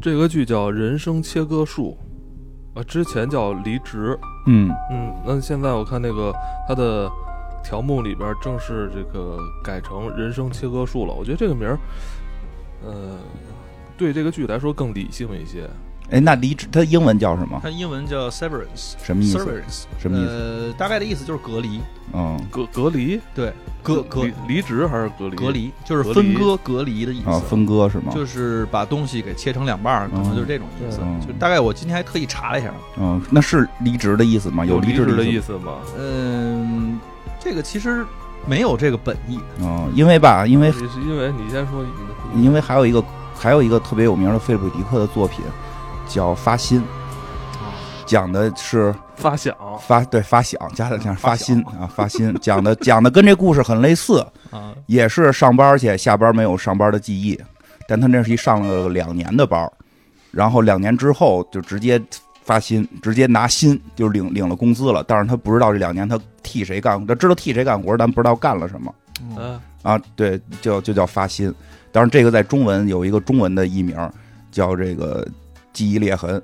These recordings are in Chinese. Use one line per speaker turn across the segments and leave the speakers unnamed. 这个剧叫《人生切割术》，啊，之前叫《离职》。
嗯
嗯，那现在我看那个它的条目里边正式这个改成“人生切割术”了。我觉得这个名儿，呃，对这个剧来说更理性一些。
哎，那离职它英文叫什么？
它英文叫 severance，
什么意思
severance
什么意思
呃，大概的意思就是隔离，
嗯，
隔隔离，
对，隔隔
离离职还是隔离？
隔离，就是
隔离
分割隔离的意思。
啊，分割是吗？
就是把东西给切成两半儿，可能就是这种意思。
嗯
就大概我今天还特意查了一下，
嗯，那是离职的意思吗？
有
离
职
职
的意
思
思吗？
嗯，这个其实没有这个本意，
嗯，因为吧，因为
你是因为你先说你的故事，
因为还有一个还有一个特别有名的菲利普迪克的作品叫《发心》，讲的是
发想，
发对发想，加上加上
发
发
想
心啊发心，讲的讲的跟这故事很类似，
啊，
也是上班去，下班没有上班的记忆，但他那是一上了两年的班儿，然后两年之后就直接发薪，直接拿薪就领领了工资了，但是他不知道这两年他替谁干，他知道替谁干活，但不知道干了什么
嗯
嗯，
啊？对，就就叫发薪。当然，这个在中文有一个中文的译名叫这个记忆裂痕，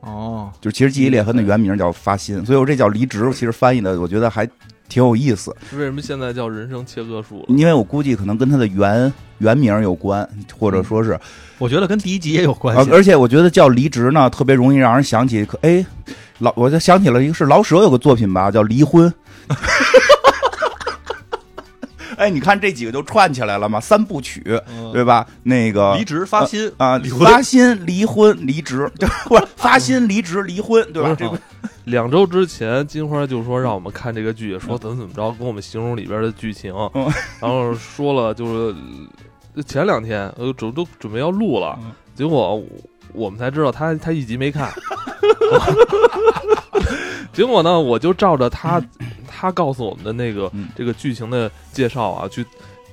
哦，
就其实记忆裂痕的原名叫发薪，所以我这叫离职，其实翻译的我觉得还挺有意思。
为什么现在叫人生切割术了？
因为我估计可能跟他的原原名有关，或者说是，
我觉得跟第一集也有关
而
系。
而且我觉得叫离职呢，特别容易让人想起，可哎，老我就想起了一个是老舍有个作品吧，叫《离婚》。 哎，你看这几个就串起来了嘛，三部曲，
嗯
对吧？那个
离职发薪
呃啊，
离婚
发薪、离婚、离职， 就不是发薪、离职、离婚，对吧？这个
两周之前，金花就说让我们看这个剧，说怎么怎么着，跟我们形容里边的剧情
嗯，
然后说了就是呃前两天呃准都准备要录了
嗯，
结果我我们才知道他他一集没 看，结果呢我就照着他他告诉我们的那个
嗯
这个剧情的介绍啊去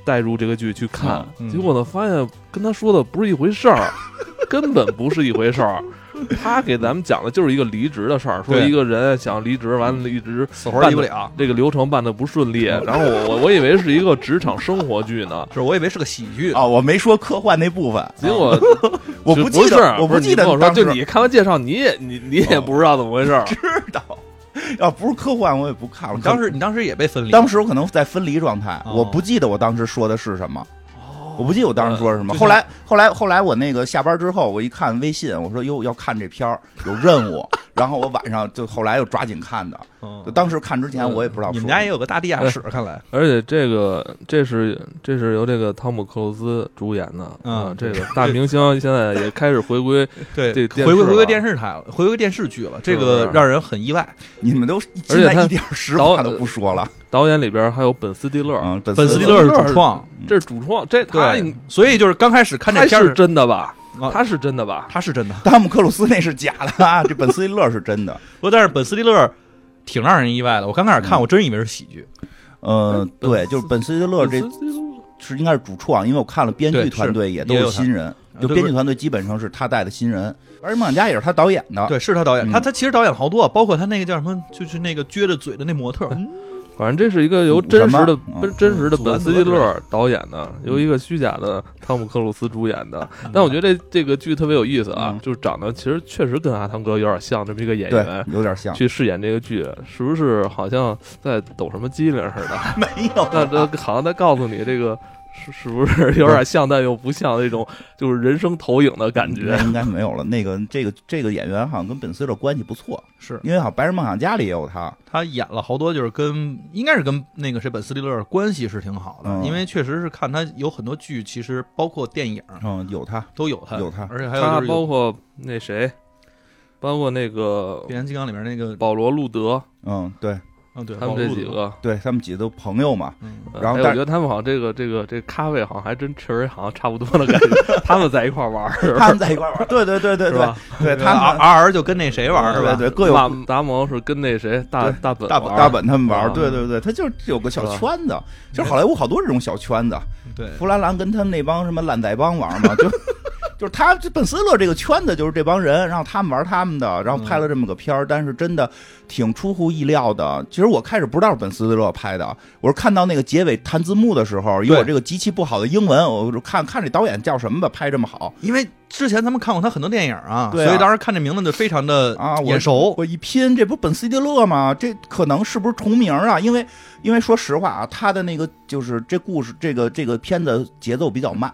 带入这个剧去看，
嗯
结果呢发现跟他说的不是一回事儿，根本不是一回事儿。他给咱们讲的就是一个离职的事儿，说
对
一个人想离职，完了离职
死活离不了，
这个流程办的不顺利，然后我我 我以为是一个职场生活剧呢，
就是我以为是个喜剧，
啊，我没说科幻那部分，
结果
我
就不
不记
是
得，我
不是
记得
你跟我说，
当时
就你看完介绍，你也你你也
哦
不知道怎么回事 儿，
知道，要哦不是科幻我也不看了。
你当时你当时也被分离，
当时我可能在分离状态，
哦
我不记得我当时说的是什么，我不记得我当时说的是什么。
就像
后来，后来，后来我那个下班之后，我一看微信，我说哟要看这片儿有任 务，然后我晚上就后来又抓紧看的。
嗯
就当时看之前我也不知道
你
说
们
什
家也
么。
有个大地
呃
下室，看来
而且这个这是这是由这个汤姆克鲁斯主演的，
嗯
啊，这个大明星现在也开始回归，
对
这电
回归
视
回归
了啊
电视台了，回归电视剧了，这
是不是
个让人很意外。
你们都
而
现
且
在
他
一点实
导
话都不说了。
导演里边还有本斯蒂勒，
嗯，
本斯
斯
蒂
勒是
勒是
主
主创，
这是主创，这他
对，所以就是刚开始看这
他
片
是
儿，
真的吧？
啊
他是真的吧？
他是真的，
汤姆克鲁斯那是假的啊，这本斯蒂勒是真的。
不，但是本斯蒂勒挺让人意外的。我刚开始
嗯
看，我真以为是喜剧，
呃，
本
对，就是本斯蒂勒这
本斯蒂勒
是应该是主创，因为我看了编
对
剧
是
团队也都
也有
是
他
新人，就
对
编剧
不是
团队基本上是他带的新人，而且梦想家也是他导演
啊
的。
对，是他导演，
嗯
他他其实导演好多，包括他那个叫什么，就是那个撅着嘴的那模特，
嗯反正这是一个由真实的
什、么
真真实的
嗯
本斯蒂勒导演的，由一个虚假的汤姆克鲁斯主演的。
嗯
但我觉得这这个剧特别有意思啊
嗯，
就是长得其实确实跟阿汤哥有点像，这么一个演
对
员，
有点 像。
去饰演这个剧，是不是好像在抖什么机灵似的？
没有
那这好像在告诉你这个。是是不是有点像，但又不像那种就是人生投影的感觉？
嗯
应该没有了。那个这个这个演员好像跟本斯勒关系不错，
是
因为好像《白日梦想家》里也有他。
他演了好多，就是跟应该是跟那个谁本斯蒂勒关系是挺好的，
嗯
因为确实是看他有很多剧，其实包括电影
嗯，有他。
都有他，
有他
而且还有
他
就是有
包括那谁，包括那个
《变形金刚》里面那个，
保罗·路德，
嗯，对
嗯，对，
他们
暴露
这
的
几，个，
对，他们几个都朋友嘛。
嗯，
呃
然后
哎我
但
觉得他们好像这个这个这个咖位好像还真确实好像差不多的感 觉，他们在一块儿玩儿， 是
他们在一块儿玩儿。对对对对
吧
对？ 对，
他
他
R
们
R 就跟那谁玩儿是吧？
对对，各有
马达蒙是跟那谁大
对
大本
大
玩
本
儿
大本他们玩儿。
嗯
对对对，他就是有个小
是吧
圈子。其实好莱坞好多这种小圈子，
对，
弗兰兰跟他们那帮什么烂仔帮玩儿嘛，就就是他这本斯勒这个圈子就是这帮人，然后他们玩他们的，然后拍了这么个片儿，但是真的挺出乎意料的。其实我开始不知道是本斯勒拍的，我是看到那个结尾弹字幕的时候，因为
对
我这个极其不好的英文，我就看看这导演叫什么吧，拍这么好
因为之前咱们看过他很多电影啊，
对啊
所以当时看这名字就非常的
啊，我
眼熟。
我一拼，这不本斯蒂勒吗？这可能是不是重名啊？因为因为说实话啊，他的那个就是这故事，这个这个片子节奏比较慢，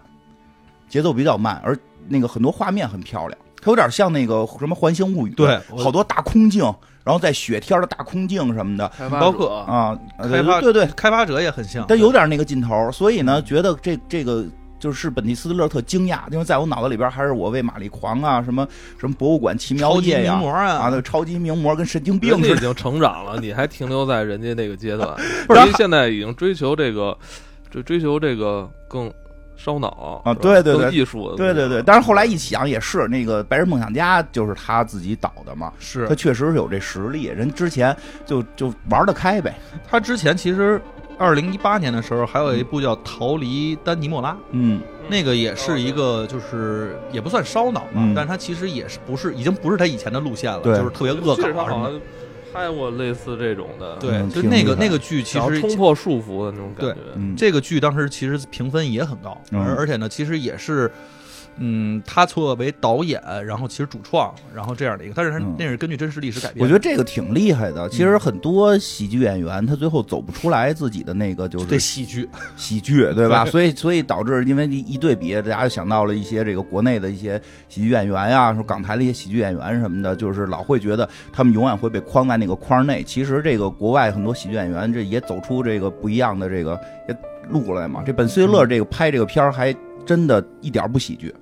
节奏比较慢，而那个很多画面很漂亮，它有点像那个什么《环形物语》，
对我
好多大空镜，然后在雪天的大空镜什么的
开发
包括啊
啊，
开发
对对对，
开发者也很像，
它有点那个劲头，所以呢，觉得这这个。就是本蒂斯勒特惊讶，因为在我脑子里边还是我为玛丽狂啊，什么什么博物馆奇妙
超级
夜
名
呀，
模
啊，
啊，
那超级名模跟神经
人
病
家
似
已
的。
经成长了，你还停留在人家那个阶 段，
不是
人家现在已经追求这个，追追求这个更烧脑
啊
是吧
对对对
更艺术的那
对
种，
对对，当然后来一想也是，那个《白日梦想家》就是他自己导的嘛，
是
他确实是有这实力，人之前就就玩得开呗。
他之前其实二零一八年的时候还有一部叫《逃离丹尼莫拉》，
嗯
那个也是一个就是也不算烧脑吧，
嗯
但是他其实也是不是已经不是他以前的路线了，
对
就是特别恶
记
搞
得他
什
好
么的。
像拍过类似这种的，
对，
嗯
就
挺
那个
厉害
那个剧其
想要
实
冲破束缚的那种感
对
觉。
嗯，
这个剧当时其实评分也很高，
嗯
而而且呢，其实也是，嗯，他作为导演，然后其实主创，然后这样的一个，但是他
嗯
那是根据真实历史改编的。
我觉得这个嗯挺厉害的。其实很多喜剧演员他最后走不出来自己的那个就
对
是
喜剧，
喜剧，对吧？
对
所以所以导致因为一对比，大家就想到了一些这个国内的一些喜剧演员呀、说港台的一些喜剧演员什么的，就是老会觉得他们永远会被框在那个框内。其实这个国外很多喜剧演员这也走出这个不一样的这个也路来嘛。这本斯勒这个拍这个片儿还真的一点儿不喜剧，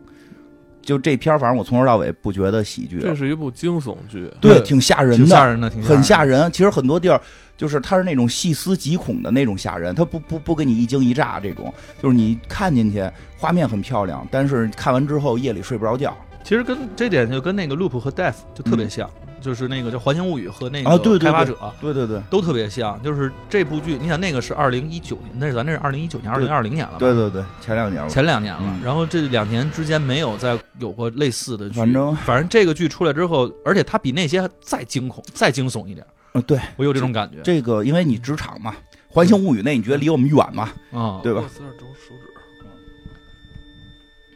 就这片儿反正我从头到尾不觉得喜剧，
这是一部惊悚剧，嗯
对，
对
挺吓人
挺
的
吓，人的，挺
很
吓
吓
人
人。其实很多地儿就是它是那种细思极恐的那种吓人，它不不不给你一惊一乍这种，就是你看进去画面很漂亮，但是看完之后夜里睡不着觉
的。其实跟这点就跟那个 Loop 和 Death 就特别像，就是那个叫《环形物语》和那
啊对对
个
对
开发者。
对对对
都特别像，就是这部剧，你想那个是二零一九年，那是咱这是二零一九年、二
对
零二零年了吧？
对对对，前两年了，
前两年了，
嗯
然后这两年之间没有再有过类似的剧，
反正
反正这个剧出来之后，而且它比那些再惊恐、再惊悚一点，
嗯对
我有这种感觉。
这个，因为你职场嘛，《环形物语》那你觉得离我们远吗？
啊，
对吧
我？撕点中手指，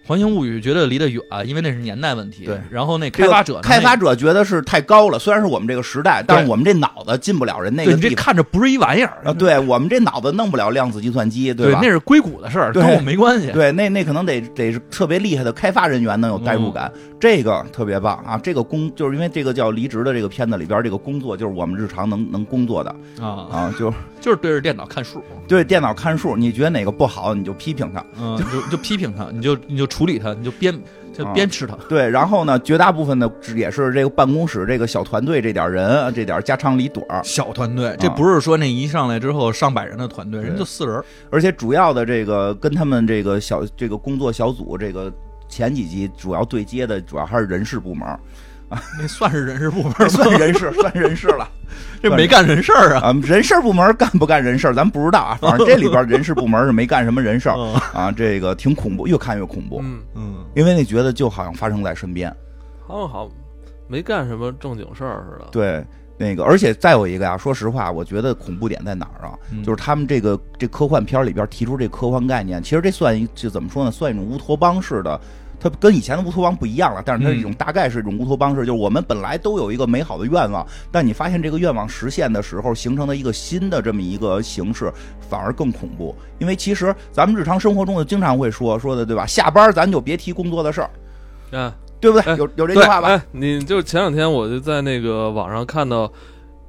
《环形物语》觉得离得远，因为那是年代问题。
对
然后那
这
开
个
发者呢，
开发者觉得是太高了，虽然是我们这个时代，但是
对
我们这脑子进不了人那个
那对你这
地方
看着不是一玩意儿
啊，对我们这脑子弄不了量子计算机，
对，
吧
那？是硅谷的事儿，
对
跟我没关系。
对，那那可能得得是特别厉害的开发人员能有代入感，这个特别棒啊！这个工就是因为这个叫离职的这个片子里边，这个工作就是我们日常能能工作的
啊，
啊，就
就是对着电脑看数，
对电脑看数，你觉得哪个不好，你就批评它。
嗯，你就就批评他，你就你就处理他，你就鞭就
啊
鞭笞他。
对，然后呢，绝大部分的也是这个办公室这个小团队这点人，这点家长里短儿，
小团队，这不是说那一上来之后上百人的团队，
对
人就四人儿。
而且主要的这个跟他们这个小这个工作小组这个前几集主要对接的主要还是人事部门儿，
那算是人事部门儿
算
吗？
人事算人事了。
这没干人事儿啊。
啊，人事部门干不干人事儿，咱不知道啊。反正这里边人事部门是没干什么人事
哦
儿啊，这个挺恐怖，越看越恐怖，
嗯，
嗯，
因为你觉得就好像发生在身边。
好像好像没干什么正经事儿似的。
对，那个，而且再有一个啊，说实话，我觉得恐怖点在哪儿啊？
嗯
就是他们这个这科幻片里边提出这科幻概念，其实这算一这怎么说呢？算一种乌托邦式的。它跟以前的乌托邦不一样了，但是它是
嗯
一种大概是一种乌托邦式，就是我们本来都有一个美好的愿望，但你发现这个愿望实现的时候，形成了一个新的这么一个形式，反而更恐怖。因为其实咱们日常生活中就经常会说说的，对吧？下班咱就别提工作的事儿，
哎，
对不对？
哎
有有这句
对，
话吧？
哎，你就前两天我就在那个网上看到，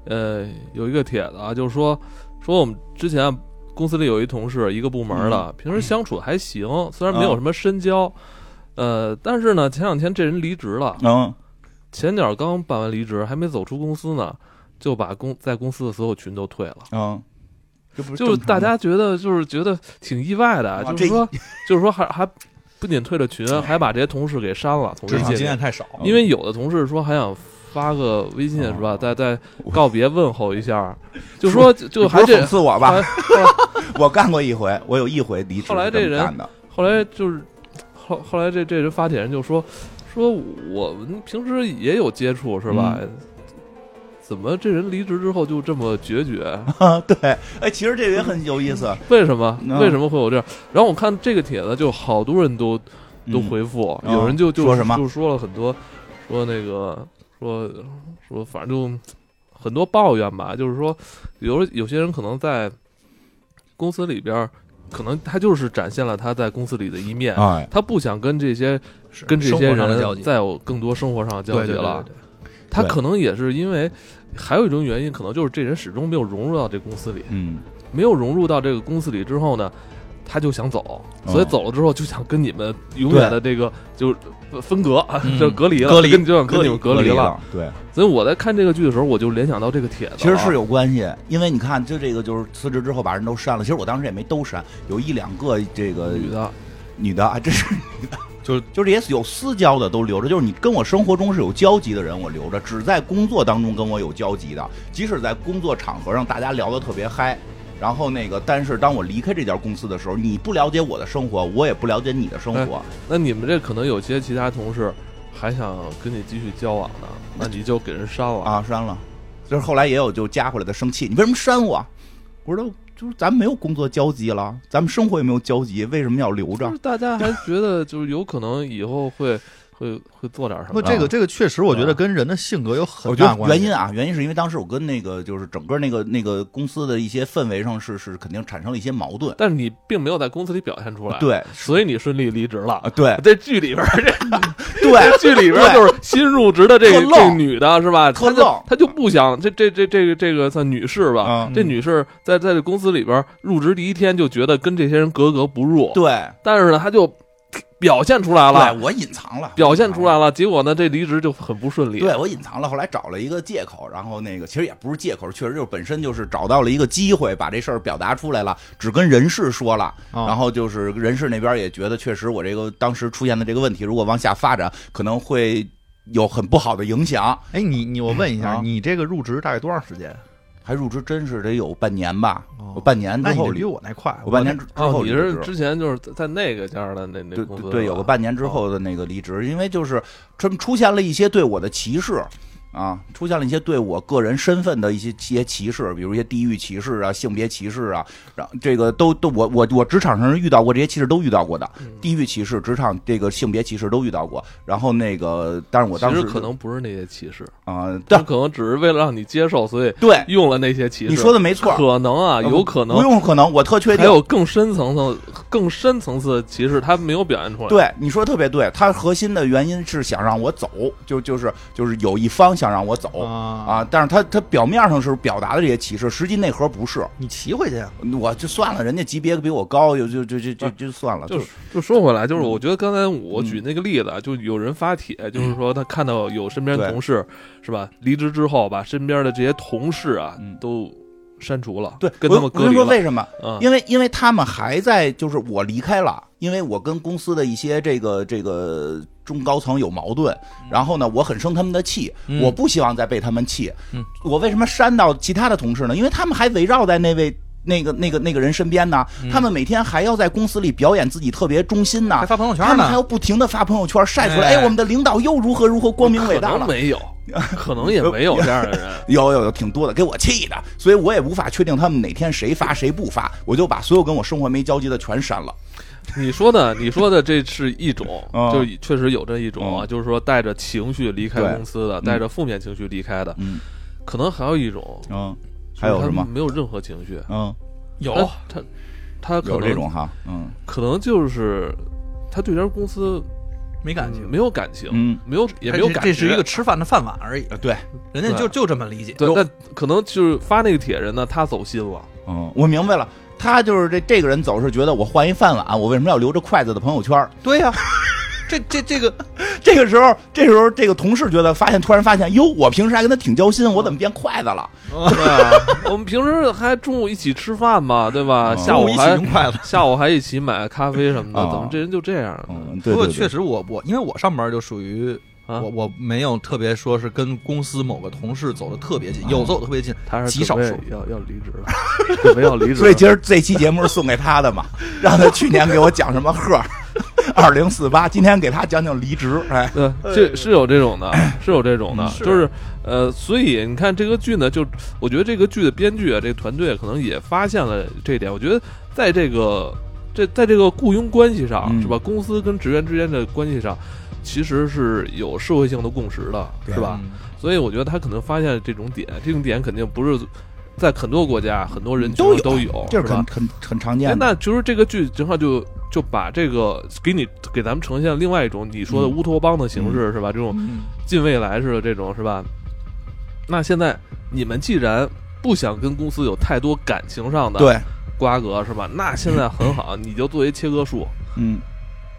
呃，有一个帖子啊，就是说说我们之前公司里有一同事，一个部门
嗯
的，平时相处还行，虽然没有什么深交，呃，但是呢，前两天这人离职了，
嗯，
前脚刚办完离职，还没走出公司呢，就把公在公司的所有群都退了。
嗯，这不是
就是
正常
大
吗
家觉得就是觉得挺意外的啊，
哇
就
这哎
是说就是说还还不仅退了群，还把这些同事给删了，从
职
微
场经
信里
验。太少，
啊
因为有的同事说还想发个微信
哦
是吧，再再告别问候一 下，就说就就
你不
还
是
这
讽刺我吧
后来？
我干过一回，我有一回离职
后来
这
这
么
人
干的，
后来就是后后来这这人发帖人就说说我们平时也有接触是吧？
嗯
怎么这人离职之后就这么决绝？
对，哎，其实这个也很有意思，
为什么
嗯？
为什么会有这样？然后我看这个帖子，就好多人都都
嗯
回复，
嗯
有人就就
说什么
就说了很多，说那个说说反正就很多抱怨吧，就是说有有些人可能在公司里边儿，可能他就是展现了他在公司里的一面，
啊
哎，
他不想跟这些
是
跟这
生
些
活上的交
人
集
再有更多生活上的交
对
集
对对
了。
对对
他
对
可能也是因为还有一种原因，可能就是这人始终没有融入到这公司里。
嗯，
没有融入到这个公司里之后呢，他就想走，
嗯
所以走了之后就想跟你们永远的这个就分隔，
嗯
就隔离了，
隔离
跟就想跟你们
隔
隔离了。哦
了，对，
所以我在看这个剧的时候，我就联想到这个帖子了，
其实是有关系，因为你看，就这个就是辞职之后把人都删了，其实我当时也没都删，有一两个这个
女的，
女的，啊， 这是
就是
就是也有私交的都留着，就是你跟我生活中是有交集的人我留着，只在工作当中跟我有交集的，即使在工作场合上大家聊得特别嗨，然后那个，但是当我离开这家公司的时候，你不了解我的生活，我也不了解你的生活，
那你们这可能有些其他同事还想跟你继续交往呢，那你就给人删了。
哎
啊，删了。就是后来也有就加回来的生气，你为什么删我？啊我说就是咱们没有工作交集了，咱们生活也没有交集，为什么要留着
就是？大家还觉得，就是有可能以后会会会做点什
不，
么。
这个这个确实，我觉
啊
得跟人的性格有很
我觉
大
得
关系。
原因啊，原因是因为当时我跟那个就是整个那个那个公司的一些氛围上是是肯定产生了一些矛盾，
但是你并没有在公司里表现出来，，
对
所以你顺利离职
啊
了。
对
在剧里边儿这
对
剧里边就是新入职的这个
特
这
愣
个女的是吧？
特
她就
愣
她就不想这这这这个这个算女士吧？
啊
这女士在在这公司里边入职第一天就觉得跟这些人格格不入，
对
但是呢，她就表现出来了，
对，我隐藏了，
表现出来
了。
了，结果呢，这离职就很不顺利。哦
对，我隐藏了，后来找了一个借口，然后那个其实也不是借口，确实就是本身就是找到了一个机会，把这事儿表达出来了，只跟人事说了，
啊
然后就是人事那边也觉得，确实我这个当时出现的这个问题，如果往下发展，可能会有很不好的影响。
哎，你你我问一
嗯
啊
下，你这个入职大概多长时间？啊
还入职真是得有半年吧，
哦
我半年之
那你
后
这
离
比我那快，
我半年
那
之之
哦，
后
你
离
是
职。
之前就是在在那个家的哦那那
对
公司
对
吧
对，有个半年之后的那个离职，因为就是出出现了一些对我的歧视啊，出现了一些对我个人身份的一些一些歧视，比如一些地域歧视啊、性别歧视啊，然后这个都都我我我职场上是遇到过这些歧视，都遇到过的，
嗯
地域歧视、职场这个性别歧视都遇到过。然后那个，但是我当
其
时
实可能不是那些歧视，
啊、
他
对
可能只是为了让你接受，所以
对，
用了那些歧视。
你说的没错，嗯
可能啊，有可能
不用可能，我特确
还
定。
有更深层次、更深层次的歧视，他没有表现出来。
对，你说的特别对，他核心的原因是想让我走，就就是就是有一方想让我走，
啊，
啊，但是他他表面上是表达的这些歧视，实际内核不是。
你骑回去啊，
我就算了，人家级别比我高，就就就就就就算了。
就是就说回来，就是我觉得刚才我
嗯
举那个例子，啊，就有人发帖，就是说他看到有身边同事是吧，离职之后把身边的这些同事啊
嗯
都删除了，
对，
跟
我
他们
我
隔
跟你
离
说
了。
为什么？
嗯，
因为因为他们还在，就是我离开了，因为我跟公司的一些这个这个中高层有矛盾，然后呢，我很生他们的气，
嗯
我不希望再被他们气。
嗯
我为什么删到其他的同事呢？因为他们还围绕在那位。那个、那个、那个人身边呢？他们每天还要在公司里表演自己特别忠心
啊
呢，
还发朋友
他
圈
们还
呢
要。不停的发朋友圈晒出来，
哎
哎，我们的领导又如何如何光明伟大
可能
了。
没 有，可能也没有这样的人。
有有有挺多的，给我气的，所以我也无法确定他们哪天谁发谁不发，我就把所有跟我生活没交集的全删了。
你说的，你说的这是一种，
嗯
就确实有这一种啊，
嗯
就是说带着情绪离开
对
公司的，带着负面情绪离开的，
嗯
可能还有一种，
嗯，
就是
还有
他
什么
没有任何情绪，
嗯，
有
他他他可
有这
能
种哈，嗯
可能就是他对这家公司
没感情
嗯？没有感情，
嗯，
没有也
哎
没有
这
感
这是
觉呃
一个吃饭的饭碗而已，
对，
人家就就这么理解。
对，那可能就是发那个帖人呢，他走心了，
嗯，我明白了。他就是这这个人走是觉得我换一饭碗，我为什么要留着筷子的朋友圈？
对呀，这这这个
哦
这个时候，这时候这个同事觉得发现，突然发现，哟，我平时还跟他挺交心，我怎么变筷子了？
对啊，我们平时还中午一起吃饭嘛，对吧？
嗯
下午
一起
还
用筷子。
下午还一起买咖啡什么的，
啊
怎么这人就这样？
嗯，对
不过
对
确
对，
实我，我因为我上班就属于
啊
我我没有特别说是跟公司某个同事走的特别近，
啊
有走的特别近，
他是
极少
准
数
备。要要离职了， 准备要离职了，
所以今儿这期节目是送给他的嘛，让他去年给我讲什么课， 二零四八，今天给他讲讲离职，哎，嗯
对，这呃是有这种的，是有这种的，就是呃，所以你看这个剧呢，就我觉得这个剧的编剧啊，这个团队可能也发现了这一点。我觉得在这个这在这个雇佣关系上，
嗯
是吧？公司跟职员之间的关系上，其实是有社会性的共识的，
对
是吧？
啊
所以我觉得他可能发现了这种点，这种点肯定不是在很多国家、很多人群
嗯都有啊
都有，
这
是
是
吧
很？很很常
哎
见的。
那就是这个剧正好就就把这个给你给咱们呈现另外一种你说的
嗯
乌托邦的形式、是吧？这种
嗯
近未来似的这种是吧？那现在你们既然不想跟公司有太多感情上的
对，
瓜葛是吧？那现在很 好，你就作为切割术
嗯，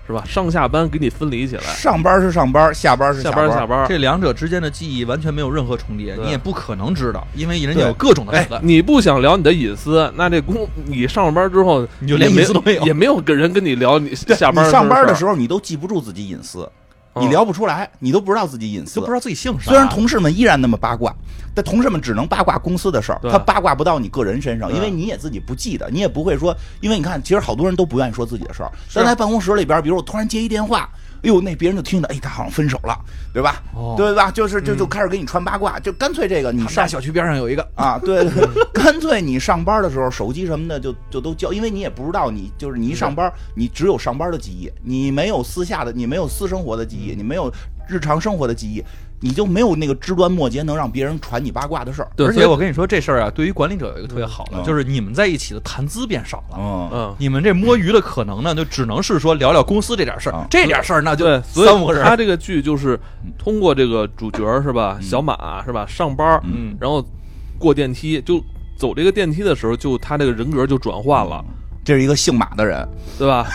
是吧？上下班给你分离起来，
上班是上班，下班是
下
班
班。下班。
这两者之间的记忆完全没有任何重叠，
对
你也不可能知道，因为人家有
对
各种的手段。
哎你不想聊你的隐私，那这公你上了班之后，
你就连
也没
隐私都没有
也没有跟人跟你聊你下班
你上班的时
候，
候，你都记不住自己隐私，
嗯
你聊不出来，你都不知道自己隐私
都不。知道自己姓啥。
虽然同事们依然那么八卦，但同事们只能八卦公司的事儿，
对
他八卦不到你个人身上，
对
因为你也自己不记得，你也不会说。因为你看，其实好多人都不愿意说自己的事儿。
是
但在办公室里边，比如我突然接一电话，哎呦，那别人就听着，哎，他好像分手了，对吧？
哦
对吧？就是就
嗯
就开始给你传八卦，就干脆这个你
他们
上
家小区边上有一个，
啊，对，对对干脆你上班的时候手机什么的就就都交，因为你也不知道你就是你一上班，你只有上班的记忆，你没有私下的，你没有私生活的记忆，你没有日常生活的记忆，你就没有那个枝端末节能让别人传你八卦的事儿。
对，
而
所以
且我跟你说这事儿啊，对于管理者有一个特别好的，
嗯
就是你们在一起的谈资变少了。
嗯，
嗯，
你们这摸鱼的可能呢，就只能是说聊聊公司这点事儿
啊，
这点事儿那就
对，所
三五个
以
人
他。这个剧就是通过这个主角是吧，小马是吧，上班儿，
嗯，
然后过电梯，就走这个电梯的时候，就他这个人格就转换了，
这是一个姓马的人，
对 吧？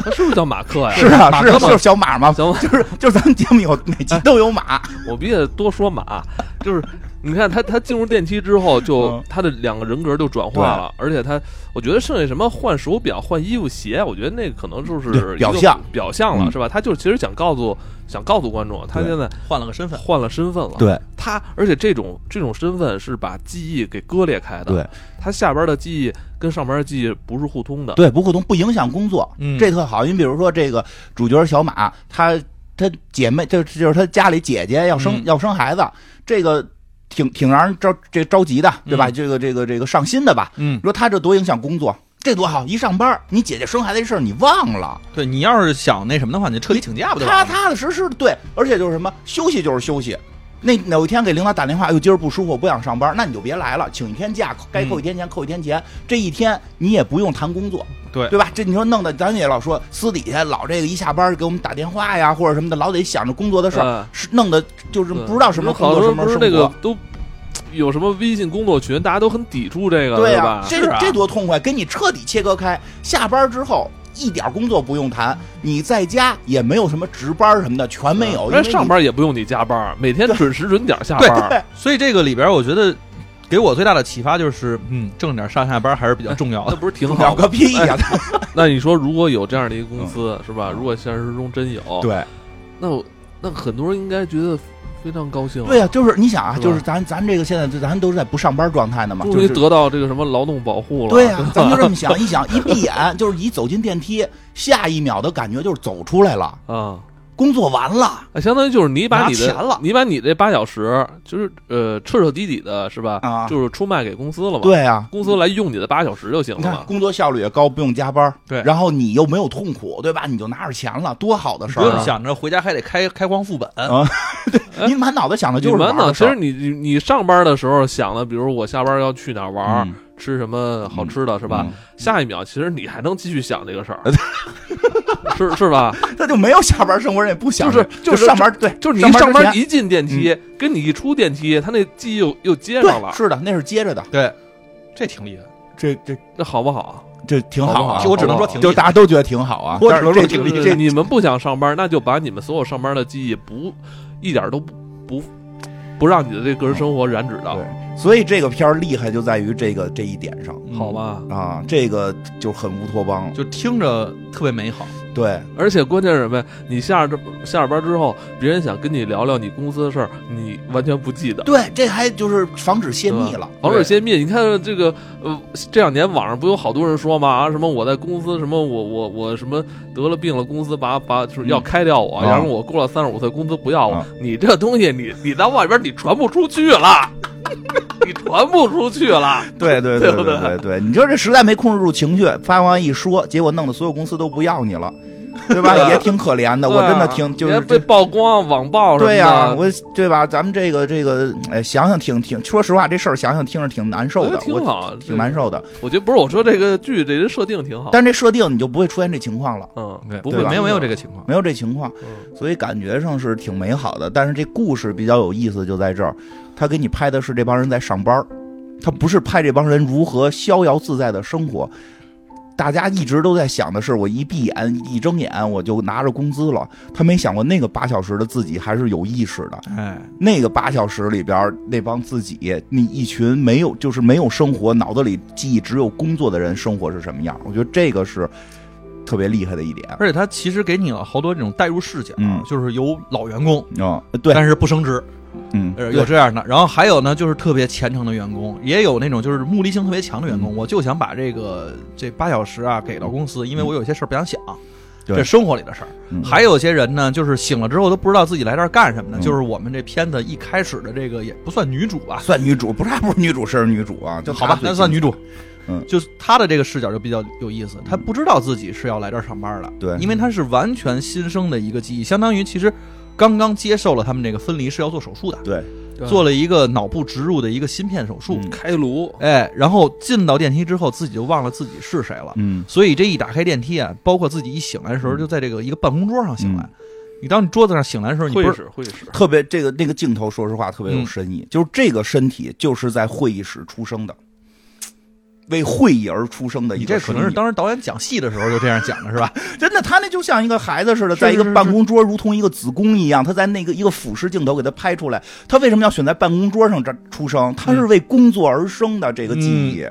他是不是叫马克呀？
是啊，
马
是
克
啊
吗
就是小马嘛，
小马
就是就是咱们节目有每集都有马，
我必须得多说马，就是你看他他进入电梯之后，就
嗯
他的两个人格就转化了，而且他，我觉得剩下什么换手表、换衣服、鞋，啊我觉得那可能就是
对
一个
表象
表象了，
嗯
是吧？他就是其实想告诉想告诉观众，他
对
现在
换了个身份，
换了身份了，
对
他，而且这种这种身份是把记忆给割裂开的，
对，
他下边的记忆跟上边的记忆不是互通的，
对，不互动不影响工作，
嗯
这特好。你比如说这个主角小马，他他姐妹，这这就是他家里姐姐要生、
嗯
要生孩子，这个挺挺让人着这着急的，对吧？
嗯
这个这个这个上心的吧？
嗯
你，说他这多影响工作，这多好！一上班，你姐姐生孩子这事儿你忘了，
对你要是想那什么的话，你就彻底请假不就
踏
完了吗？
踏踏实实的对，而且就是什么休息就是休息。那哪一天给领导打电话，哎呦，今儿不舒服，我不想上班，那你就别来了，请一天假，该扣一天
嗯
钱扣一天钱，这一天你也不用谈工作，
对
对吧？这你说弄得咱也老说私底下老这个一下班给我们打电话呀，或者什么的，老得想着工作的事儿，
嗯
是弄得就是
对
不知道什么工
好
作
多
什
人
么
不
生
是
活，
那个都有什么微信工作群，大家都很抵触这个，
对
是
呀、
吧？
这
是啊
这多痛快，给你彻底切割开。下班之后一点工作不用谈，你在家也没有什么值班什么的，全没有，
啊
因
那
为你
嗯上班也不用你加班，每天准时准点下
对
班。
对
所以这个里边，我觉得给我最大的启发就是，嗯，正点上下班还是比较重要
那
的。
不是 挺
了
好吗？
个屁呀、
那你说，如果有这样的一个公司，是吧？如果现实中真有，
嗯对
那我那很多人应该觉得非常高兴啊，
对呀、就是你想啊，
是吧
就是咱咱这个现在咱都是在不上班状态呢嘛，
终
就
于
是
得到这个什么劳动保护了。
对呀、 咱就这么想，一想一闭眼，就是一走进电梯，下一秒的感觉就是走出来了，
啊，
工作完了
啊，相当于就是你把
拿
你的
钱了
你把你这八小时，就是呃彻彻底底的是吧？
啊
就是出卖给公司了嘛。，
对呀、
公司来用你的八小时就行
你
了
看
嘛。
工作效率也高，不用加班，
对
然后你又没有痛苦，对吧？你就拿着钱了，多好的事
不
儿
用
啊！
想着回家还得开开荒副本，
哎
你满脑子想的
你
就是玩
们呢？
儿的
其
事
实
儿，
你你你上班的时候想的，比如我下班要去哪儿玩儿，
嗯
吃什么好吃的，是吧？
嗯
下一秒其实你还能继续想这个事儿，是是吧？
他就没有下班生活，人也不想
就是
就
就是
上班，对，
就是你
上
一
班
上班
之前嗯
一进电梯，跟你一出电梯，他那记忆又又接上了
对，，是的，那是接着的，
对，这挺厉害。
这这
这好不好？
这挺好啊，
好不好
我只能说挺
就是大家都觉得挺好啊，
我
但是
只能说
这
挺
就
厉
是
这
你们不想上班，那就把你们所有上班的记忆不一点都不不不让你的这个人生活染
啊
指到，
嗯对，所以这个片儿厉害就在于这个这一点上
嗯
好吧？
啊，这个就很乌托邦了。
就听着特别美好。
对，
而且关键是什么呀？你下这下了班之后，别人想跟你聊聊你公司的事儿，你完全不记得。
对，这还就是防止泄密了。
防止泄密，你看这个，呃，这两年网上不有好多人说嘛，啊，什么我在公司，什么我我我什么得了病了，公司把把就是要开掉我，
嗯啊
然后我过了三十五岁，公司不要我，
啊
你这东西你你到外边你传不出去了，你传不出去 了，
对对
对不
对
对
对对，你说这实在没控制住情绪，发完一说，结果弄得所有公司都不要你了，对吧？
啊
也挺可怜的，我真的挺就
你
是
还被
这。
曝光网暴什么的，
对呀、我对吧？咱们这个这个，哎，想想挺挺，说实话，这事儿想想听着挺难受
我觉得
的，
挺
我
好，这
挺难。受的。
我觉得不是我说这个剧这个设定挺好，
但这设定你就不会出现这情况了，
嗯
对，
不
对
会
吧
没有没有
个，
这个情况。
没有这情况，
嗯
所以感觉上是挺美好的。但是这故事比较有意思，就在这儿，他给你拍的是这帮人在上班儿，他不是拍这帮人如何逍遥自在的生活。大家一直都在想的是，我一闭眼一睁眼我就拿着工资了。他没想过那个八小时的自己还是有意识的。
哎，
那个八小时里边儿，那帮自己那一群没有就是没有生活，脑子里记忆只有工作的人，生活是什么样？我觉得这个是特别厉害的一点。
而且他其实给你了好多这种代入视角，
嗯
就是有老员工，
嗯，对，
但是不升职，
嗯，
呃有这样的。然后还有呢，就是特别虔诚的员工，也有那种就是目的性特别强的员工。
嗯
我就想把这个这八小时啊给到公司，因为我有些事儿不想想，
对
这生活里的事儿。
嗯
还有些人呢，就是醒了之后都不知道自己来这儿干什么呢。
嗯
就是我们这片子一开始的这个也不算女主吧，
算女主，不是还不是女主，是女主啊，就
好吧，那算女
主。
主。
嗯
就是她的这个视角就比较有意思，她不知道自己是要来这儿上班的，
对
因为她是完全新生的一个记忆，相当于其实刚刚接受了他们这个分离是要做手术的，
对，
做了一个脑部植入的一个芯片手术，
嗯
开颅，
哎，然后进到电梯之后自己就忘了自己是谁了，
嗯，
所以这一打开电梯啊，包括自己一醒来的时候，
嗯
就在这个一个办公桌上醒来。你当你桌子上醒来的时候，你不
会
是
使会使，
特别这个那个镜头，说实话特别
嗯
有深意，就是这个身体就是在会议室出生的，为会议而出生的一
你
个嗯
这
身体。
可能是当时导演讲戏的时候就这样讲的是吧？
真的，他那就像一个孩子似的，
是
在一个
是是
办公桌，如同一个子宫一样，他在那个一个俯视镜头给他拍出来。他为什么要选在办公桌上这出生？他
嗯
是为工作而生的这个记忆，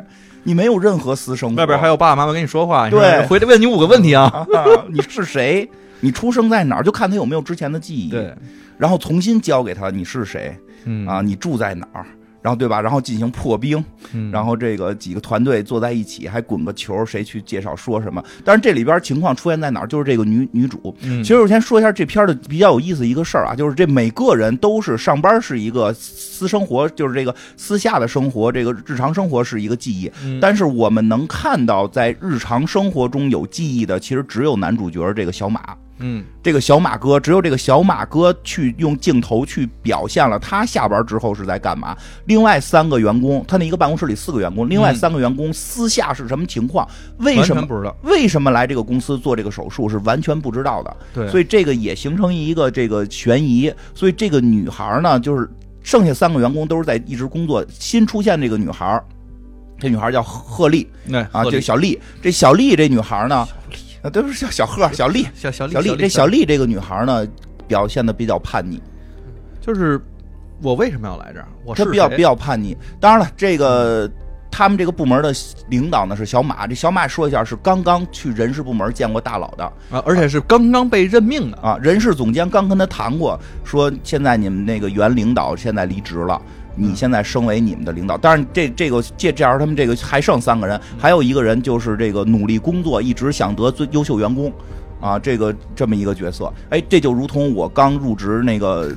你没有任何私生活。
外边还有爸爸妈妈跟你说话，你说
对
回来问你五个问题啊。
啊， 你是谁？你出生在哪儿？就看他有没有之前的记忆，
对，
然后重新交给他你是谁
嗯
啊？，你住在哪儿？然后对吧？然后进行破冰，
嗯
然后这个几个团队坐在一起，还滚个球，谁去介绍说什么？但是这里边情况出现在哪儿？就是这个女女主，
嗯
其实我先说一下这片儿的比较有意思一个事儿啊，就是这每个人都是上班是一个私生活，就是这个私下的生活，这个日常生活是一个记忆。
嗯
但是我们能看到，在日常生活中有记忆的，其实只有男主角这个小马。
嗯
这个小马哥，只有这个小马哥去用镜头去表现了他下班之后是在干嘛。另外三个员工，他那一个办公室里四个员工，另外
嗯
三个员工私下是什么情况？为
完
什
全
么
不知道？
为什么来这个公司做这个手术是完全不知道的，
对，
所
以
以这个也形成一个这个悬疑。所以这个女孩呢，就是剩下三个员工都是在一直工作，新出现这个女孩，这女孩叫贺丽
那
啊，这小丽，这小丽这女孩呢，啊，对不是叫小贺，小丽，
小小
小
小
丽，
丽
这小丽这个女孩呢，表现的比较叛逆，
就是我为什么要来这儿？我
她
是
比较
谁
比较叛逆。当然了，这个他们这个部门的领导呢是小马，这小马说一下是刚刚去人事部门见过大佬的。
啊，而且是刚刚被任命的。
啊，人事总监刚跟他谈过，说现在你们那个原领导现在离职了，你现在升为你们的领导。当然，这这个这这样，他们这个还剩三个人，还有一个人就是这个努力工作，一直想得最优秀员工。啊，这个这么一个角色，哎，这就如同我刚入职那个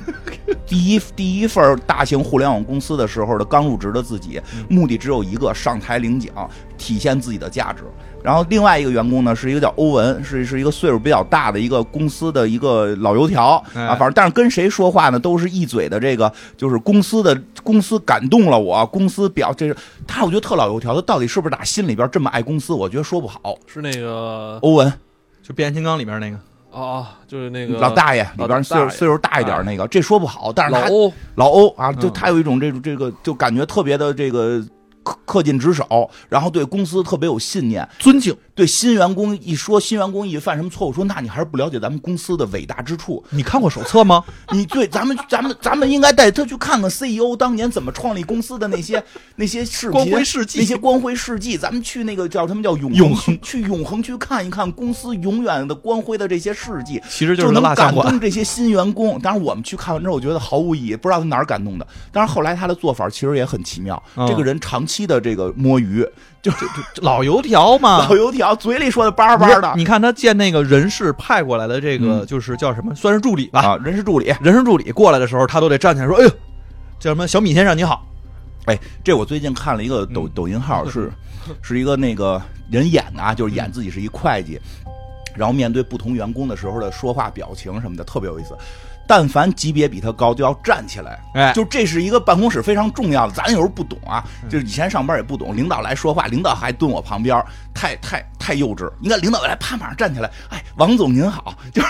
第一第一份大型互联网公司的时候的刚入职的自己，目的只有一个，上台领奖，体现自己的价值。然后另外一个员工呢，是一个叫欧文，是是一个岁数比较大的一个公司的一个老油条啊，
哎
反正但是跟谁说话呢，都是一嘴的这个，就是公司的公司感动了我，公司表这是他，我觉得特老油条，他到底是不是打心里边这么爱公司，我觉得说不好。
是那个
欧文
就变形金刚里面那个，
啊，就是那个
老大爷
老
里边岁数
大爷
岁数大一点那个，这说不好，但是
老
他
欧，
老欧啊，就
嗯
他有一种这种这个就感觉特别的这个恪恪尽职守，然后对公司特别有信念。
尊敬，
对新员工一说新员工一犯什么错误，说那你还是不了解咱们公司的伟大之处。
你看过手册吗？
你对咱们咱们咱们应该带他去看看 CEO 当年怎么创立公司的那些那些视频
光辉事迹
那些光辉事迹。咱们去那个叫什么叫永
永
恒去去永恒去看一看公司永远的光辉的这些事迹，
其实
就是能
蜡像
感
馆。
动这些新员工。当然，我们去看完之后，我觉得毫无意义，不知道他哪儿感动的。当然，后来他的做法其实也很奇妙。
嗯
这个人长期的这个摸鱼，就是
老油条 嘛，
老油条，嘴里说的叭叭的
啊你看你看他见那个人事派过来的这个，
嗯
就是叫什么，算是助理吧，
啊，人事助理。
人事助理过来的时候，他都得站起来说：“哎呦，叫什么小米先生你好。
哎，这我最近看了一个抖、
嗯
抖音 号，是是一个那个人演的啊，就是
嗯
演自己是一会计，然后面对不同员工的时候的说话表情什么的，特别有意思。但凡级别比他高，就要站起来。”
哎，嗯
就这是一个办公室非常重要的，咱有时候不懂啊，就是以前上班也不懂，领导来说话，领导还蹲我旁边，太太太幼稚。你看领导来，啪，马上站起来，哎，王总您好，就是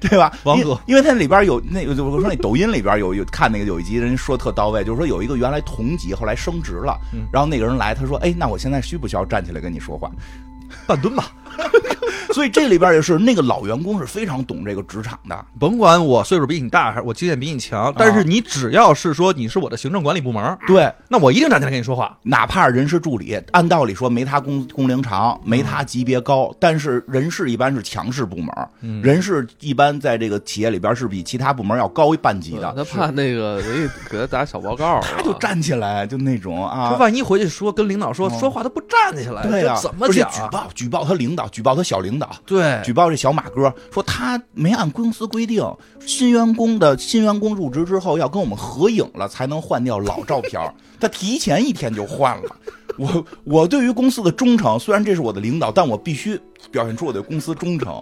对吧？
王
因
哥
因为他那里边有那个，就我说那抖音里边有有看那个有一集，人家说特到位，就是说有一个原来同级后来升职了
嗯，
然后那个人来，他说，哎，那我现在需不需要站起来跟你说话？
半蹲吧，
所以这里边也是那个老员工是非常懂这个职场的，
甭管我岁数比你大还是我经验比你强，但
啊
是你只要是说你是我的行政管理部门，
对。
那我一定站起来跟你说话。
哪怕是人事助理，按道理说没他工工龄长，没他级别高，但是人事一般是强势部门，
嗯
人事一般在这个企业里边是比其他部门要高一半级的，
嗯
他怕那个人家 给他打小报告，啊
他就站起来就那种
说
啊。
万一回去说跟领导说
嗯
说话他不站起来，
对呀、
这怎么讲
而
啊
且？举报举报他领导，举报他小领导，哎
对，
举报这小马哥，说他没按公司规定，新员工的新员工入职之后要跟我们合影了，才能换掉老照片儿， 他提前一天就换了。我我对于公司的忠诚，虽然这是我的领导，但我必须表现出我对公司忠诚。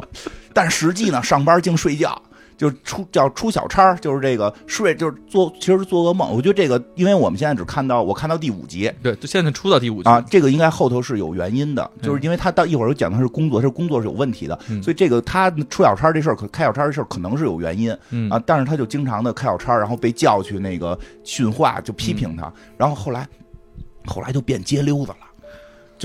但实际呢，上班净睡觉，就是出叫出小差儿，就是这个睡就是做，其实是做噩梦。我觉得这个，因为我们现在只看到我看到第五集，
对，就现在出到第五集
啊，，这个应该后头是有原因的，就是
嗯
因为他到一会儿又讲的是工作，这工作是有问题的，
嗯
所以这个他出小差这事儿，可开小差这事儿可能是有原因
嗯
啊，，但是他就经常的开小差，然后被叫去那个训话，就批评他，
嗯
然后后来后来就变街溜子了，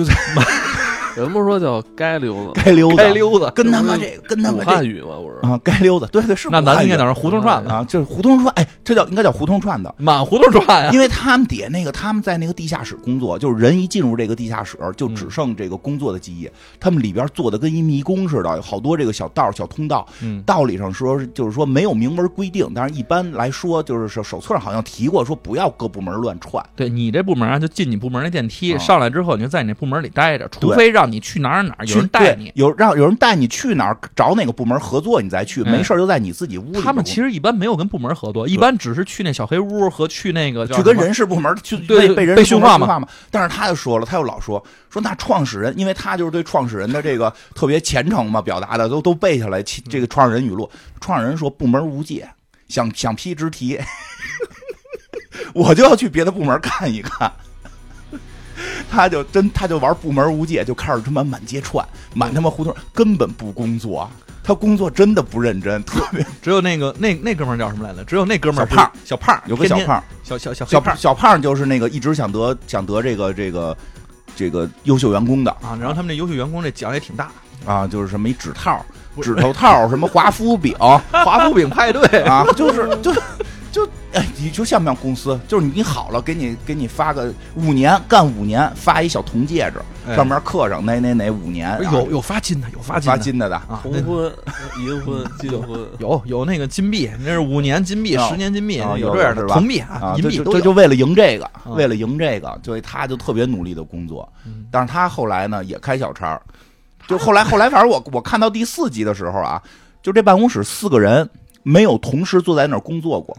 人不是说叫 街溜子，
街溜子，
该溜子，啊
跟他妈
嗯
这跟他
武
妈
汉
这
语嘛，不是？
啊，街溜子，对对是
那
武
咱
汉
应该
语
叫人胡同串子，
啊，就是胡同串，哎，这叫应该叫胡同串的。
满胡同 串呀。
因为他们底下那个，他们在那个地下室工作，就是人一进入这个地下室，就只剩这个工作的记
嗯
忆。他们里边做的跟一迷宫似的，有好多这个小道、小通道。
嗯
道理上说，就是说没有明文规定，但是一般来说，就是手手册上好像提过，说不要各部门乱窜。
对你这部门啊，就进你部门那电梯，
啊
上来之后你就在你那部门里待着，除
对
非让你去哪儿哪啊儿有人
去
带
对
你。
有让有人带你去哪儿找哪个部门合作，你再去。
嗯
没事儿就在你自己屋里。
他们其实一般没有跟部门合作，一般只是去那小黑屋和去那个叫
去跟
什么
人事部门去
对
被
对
人
被
事部
训
门
话
训
嘛
话嘛。但是他就说了，他又老说说那创始人，因为他就是对创始人的这个特别虔诚嘛，表达的都都背下来。其
嗯
这个创始人语录，创始人说部门无界，想想批直提， 我就要去别的部门看一看。 他就真，他就玩部门无界，就开始他妈满街串，满他妈胡同，根本不工作。他工作真的不认真，特别
只有那个那那哥们儿叫什么来着？只有那哥们儿
小胖
是，小胖
有个小
天天
胖，
小小小黑
小
胖
小胖就是那个一直想得想得这个这个这个优秀员工的
啊。然后他们这优秀员工这奖也挺大，
啊，就是什么一指套、
不
指头套、什么华夫饼啊，
华夫饼 派对，
就是就是就哎，你说像不像公司？就是你好了，给你给你发个五年干五年，发一小铜戒指，
哎
上面刻上哪哪哪五年啊，
有有发金的，有发金
发
的
金的的。
啊，
红
那
婚、银婚、金婚，
有有那个金币，那是五年金币、
啊
十年金币，
啊有
有这样
是
的
吧
铜币
啊，
银
这
币
就
都
这
有。
就为了赢这个，为了赢这个，所以他就特别努力的工作。
嗯
但是他后来呢，也开小差儿，就后来后来，反正我我看到第四集的时候啊，就这办公室四个人没有同时坐在那儿工作过，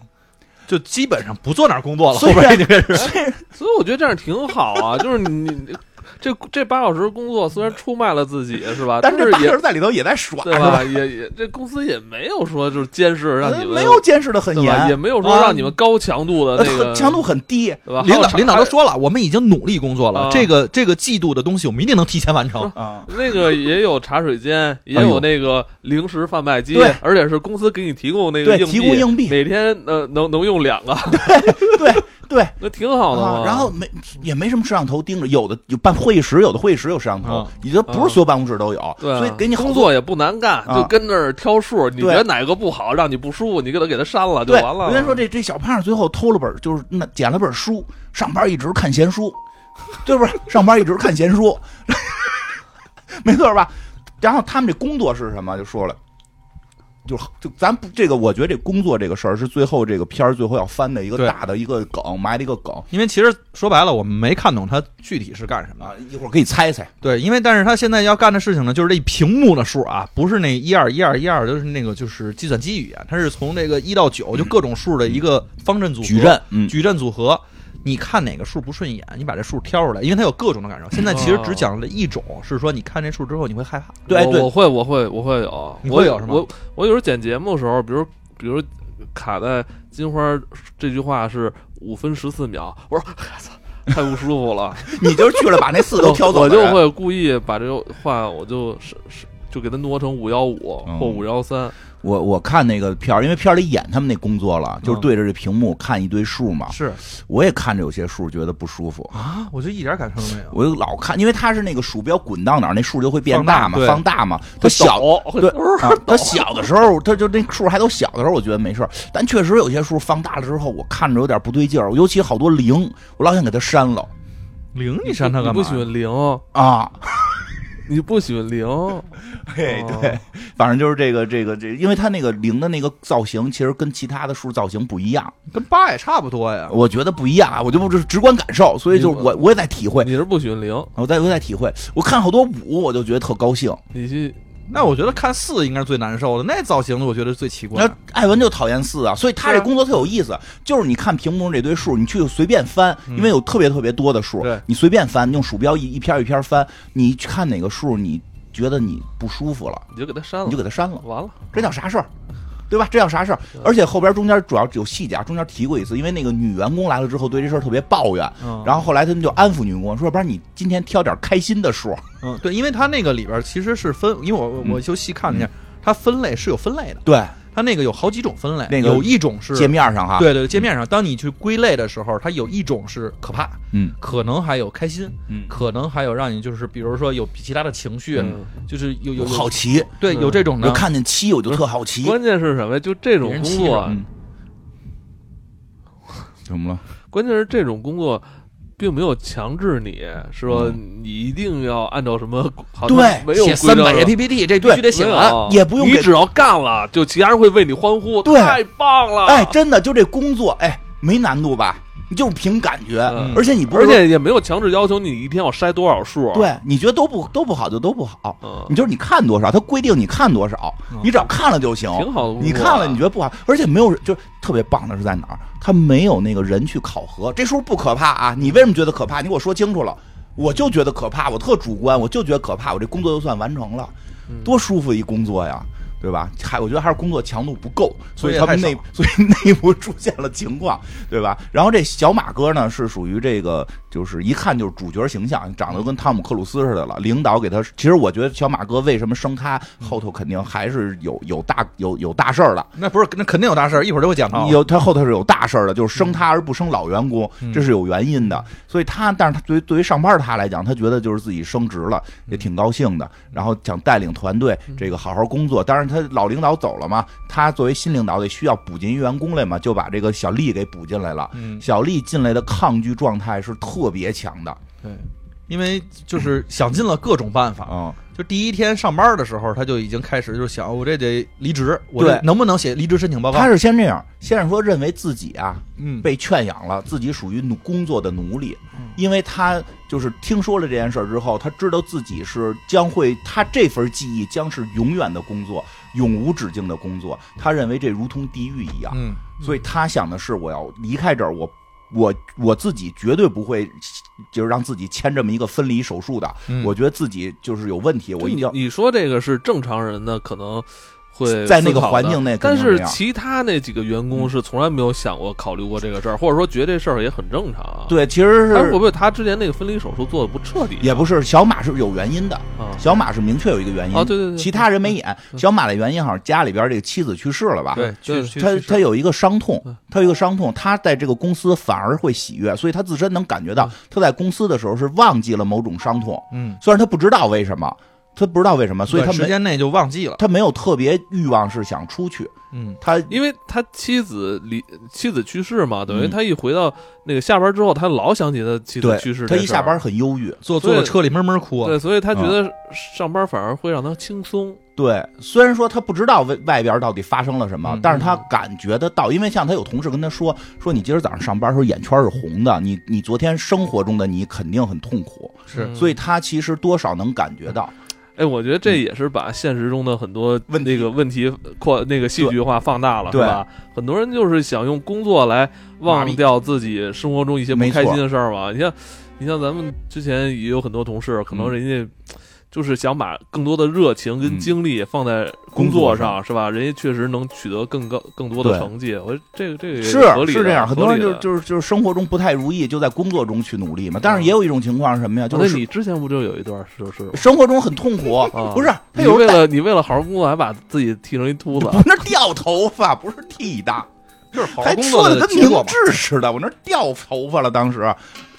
就基本上不坐那儿工作了，
虽
后
然
边已经 开始
所以我觉得这样挺好啊，就是你你这这八小时工作虽然出卖了自己是吧，
但是这
啊是
八个
也
人在里头也在耍，
对
是吧
吧？也也这公司也没有说就是监视让你们
没有监视的很
对吧？也
严，
没有说让你们高强度的
呃
那个
很 强度很 低。
对吧？
领
还有
导
查
领导都说了，我们已经努力工作了
啊，
这个这个季度的东西我们一定能提前 完成。
啊，
那个也有茶水间，也
哎
有
呦
那个零食贩卖机，
对
而且是公司给你提供那个
对
硬币，
提供硬币
每天呃能能用两个，
对，
那挺好的嘛、
啊，然后没也没什么摄像头盯着，有的有办会议室，有的会议室有摄像头
啊，
你这不是所有办公室都有，
哦对啊，
所以给你好
工
多
作也不难干，
啊
就跟那儿挑数，你觉
对
得哪个不好，让你不舒服，你给他给他删了就
对，
完了。
人家说这这小胖最后偷了本儿，就是那捡了本儿书，上班一直看闲书，对不是？上班一直看闲书， 没错吧？然后他们这工作是什么？就说了。就就咱不这个，我觉得这工作这个事儿是最后这个片儿最后要翻的一个
对
大的一个梗，埋的一个梗
因为其实说白了，我们没看懂他具体是干什么
啊。。一会儿可以猜猜，
对，因为但是他现在要干的事情呢，就是这屏幕的数啊，不是那一二一二一二，就是那个就是计算机语言，它是从这个一到九就各种数的一个方阵组合，
矩阵，嗯，
矩阵组合。你看哪个数不顺眼，你把这数挑出来，因为它有各种的感
嗯
受。现在其实只讲了一种，是说你看这数之后你会害怕。
哦对
我
对
我会我会我会有，
你
我
会有是吗
我我有时候剪节目的时候，比如比如卡在金花这句话是五分十四秒，我说 太不舒服了，
你就是去了把那四都挑走
我
的
就
人，
会故意把这个话我就是是就给它挪成五幺五
嗯
或五幺三，
我我看那个片儿，因为片儿里演他们那工作了，就是对着这屏幕看一堆数嘛，
是
我也看着有些数觉得不舒 服，
啊，我就一点感受都没有。
我就老看，因为它是那个鼠标滚到哪儿，那数就会变大嘛，
放大对
放大嘛。它小，
会
对， 啊，它小的时候，它就那数还都小的时候，我觉得没事儿。但确实有些数放大了之后，我看着有点不对劲儿，尤其好多零，我老想给它删了
零，你删它
你
干嘛
不
呀？
喜欢零，
啊。
你不喜欢零，
嘿
哦
对，反正就是这个这个这，因为它那个零的那个造型，其实跟其他的数造型不一样，
跟八也差不多呀。
我觉得不一样啊，我就不这是直观感受，所以就是
你
我我也在体会，
你是不喜欢零，
我在我在体会，我看好多五，我就觉得特高兴。
你去
那我觉得看四应该是最难受的，那造型的我觉得最奇怪
那。艾文就讨厌四啊，所以他
是
这
啊
工作特有意思，就是你看屏幕上这堆数，你去随便翻，因为有特别特别多的数，
嗯对
你随便翻，用鼠标一一篇一篇翻，你去看哪个数你觉得你不舒服了，
你就给它
哦
删了
你就，给它删了，
完了，
这叫啥事儿？对吧？这叫啥事儿？而且后边中间主要有细节啊，中间提过一次，因为那个女员工来了之后对这事儿特别抱怨，
嗯
然后后来他们就安抚女员工说，要不然你今天挑点开心的数，
嗯，对，因为它那个里边其实是分，因为我我
嗯
我就细看了一下，它分类是有分类的，
对，
它那个有好几种分类，
那个
有一种是
界面啊上哈，，
对对，界面上，当你去归类的时候，它有一种是可怕，
嗯
可能还有开心，
嗯，
可能还有让你就是，比如说有其他的情绪，
嗯
就是有有
我
有
好奇，
对
嗯
有这种
我
的，
看见七我就特好奇，
关键是什么呀？就这种工
给人气
作
着
啊，
嗯，怎么了？
关键是这种工作并没有强制你，是说
嗯
你一定要按照什么，好像
对
没有
写
规
三
章
百页
的
PPT，这必
对
须得写完。
没有
也不用
你
给
只要干了，就其他人会为你欢呼，
对
太棒了，
哎，真的就这工作，哎，没难度吧？你就是凭感觉，
嗯
而且你不是
而
说
且也没有强制要求你一天要筛多少数，，
对，你觉得都不都不好就都不好，
嗯
你，就是你看多少，它规定你看多少，
嗯
你只要看了就行。
挺好的工作啊，
你看了，你觉得不好，而且没有人，就是特别棒的是在哪儿？他没有那个人去考核，这数不可怕啊！你为什么觉得可怕？你给我说清楚了，我就觉得可怕，我特主观，我就觉得可怕，我这工作就算完成了，
嗯
多舒服一工作呀，对吧？还我觉得还是工作强度不够，所以
作业
他们
太
内所以内部出现了情况，对吧？然后这小马哥呢是属于这个，就是一看就是主角形象，长得跟汤姆克鲁斯似的了。领导给他，其实我觉得小马哥为什么升他，后头肯定还是有有大有有大事儿了。
那不是那肯定有大事儿，一会儿就会讲到。
有他后头是有大事儿的，就是升他而不升老员工，
嗯
这是有原因的。所以他，但是他对于对于上班的他来讲，他觉得就是自己升职了，
嗯
也挺高兴的。然后想带领团队这个好好工作。当然，他老领导走了嘛，他作为新领导得需要补进员工来嘛，就把这个小丽给补进来了。
嗯，
小丽进来的抗拒状态是特别强的，
对，因为就是想尽了各种办法，
嗯，
就第一天上班的时候，他就已经开始就想，我这得离职，我
对
这能不能写离职申请报告？
他是先这样，先是说认为自己啊
嗯，
被圈养了，自己属于奴工作的奴隶
嗯，
因为他就是听说了这件事儿之后，他知道自己是将会，他这份记忆将是永远的工作，永无止境的工作。他认为这如同地狱一样，
嗯，
所以他想的是，我要离开这儿，我我我自己绝对不会，就是让自己签这么一个分离手术的。
嗯
我觉得自己就是有问题，我一定要
你你说这个是正常人呢，可能会
在那个
思考的
环境内肯
但
定是那
是
样嗯
其他那几个员工是从来没有想过考虑过这个事儿，或者说觉得这事儿也很正常啊。，
对，其实
哎
但是会不会
是
他之前那个分离手术做的不彻底
也不是小马是有原因的，
啊？
小马是明确有一个原因，
哦对对对
其他人没演。
嗯
小马的原因好像家里边这个妻子去世了吧？
对，
去
就是
去
他
去世
他有一个伤痛
嗯，
他有一个伤痛，他在这个公司反而会喜悦，所以他自身能感觉到
嗯，
他在公司的时候是忘记了某种伤痛，
嗯，
虽然他不知道为什么，他不知道为什么，所以他
短时
没
间内就忘记了。
他没有特别欲望是想出去，
嗯，
他
因为他妻子离妻子去世嘛，等于
嗯
他一回到那个下班之后，他老想起他妻子
对
去世。
他一下班，嗯很忧郁，
坐
所以
坐车里闷闷哭啊。
对，所以他觉得上班反而会让他轻松。
对，虽然说他不知道外外边到底发生了什么，
嗯
但是他感觉得到，因为像他有同事跟他说，说你今儿早上上班的时候眼圈是红的，你你昨天生活中的你肯定很痛苦，
是
嗯
所以他其实多少能感觉到，
哎，我觉得这也是把现实中的很多
嗯问题
那个问题扩那个戏剧化放大了，是
对
吧？很多人就是想用工作来忘掉自己生活中一些不
没错
开心的事儿嘛。你像，你像咱们之前也有很多同事，可能
嗯
人家。就是想把更多的热情跟
嗯
精力放在工
工作
作上，是吧？人家确实能取得更高更多的
对
成绩，我觉得这个这个也
是
合理的
是这样，
合
很多人
理
就
的啊
就是就是生活中不太如意，就在工作中去努力嘛，但是也有一种情况是什么呀，就
那
是
你之前不就有一段是 是？
生活中很痛苦，不是他
你
有
为
时候
了你为了好好工作还把自己剃成一秃子
戴，我那儿掉头发不是剃的。
就是好
还说的跟明智似的，我那儿掉头发了。当时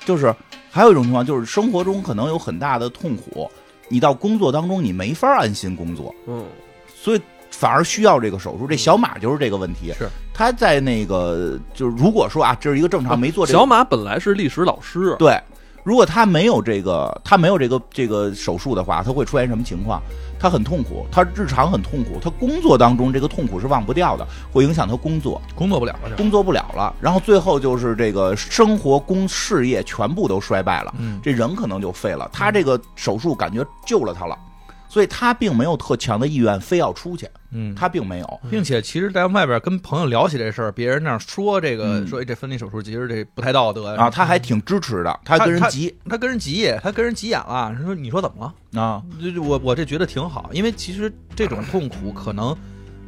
就是还有一种情况，就是生活中可能有很大的痛苦，你到工作当中你没法安心工作，
嗯，
所以反而需要这个手术。这
嗯
小马就是这个问题，
是
他在那个就是如果说啊，这是一个正常没做这
小
个
马本来是历史老师，
对。如果他没有这个，他没有这个这个手术的话，他会出现什么情况？他很痛苦，他日常很痛苦，他工作当中这个痛苦是忘不掉的，会影响他工作。
工作不了了。这
工作不了了，然后最后就是这个生活、工事业全部都衰败了，
嗯，
这人可能就废了。他这个手术感觉救了他了，所以他并没有特强的意愿非要出去，
嗯，
他并没有。
并且其实，在外边跟朋友聊起这事儿，别人那样说这个，
嗯
说哎这分离手术其实这不太道德
然啊后他还挺支持的，他跟人急
他跟人急，他跟人急眼了。人说你说怎么了？
啊，
这这我我这觉得挺好，因为其实这种痛苦可能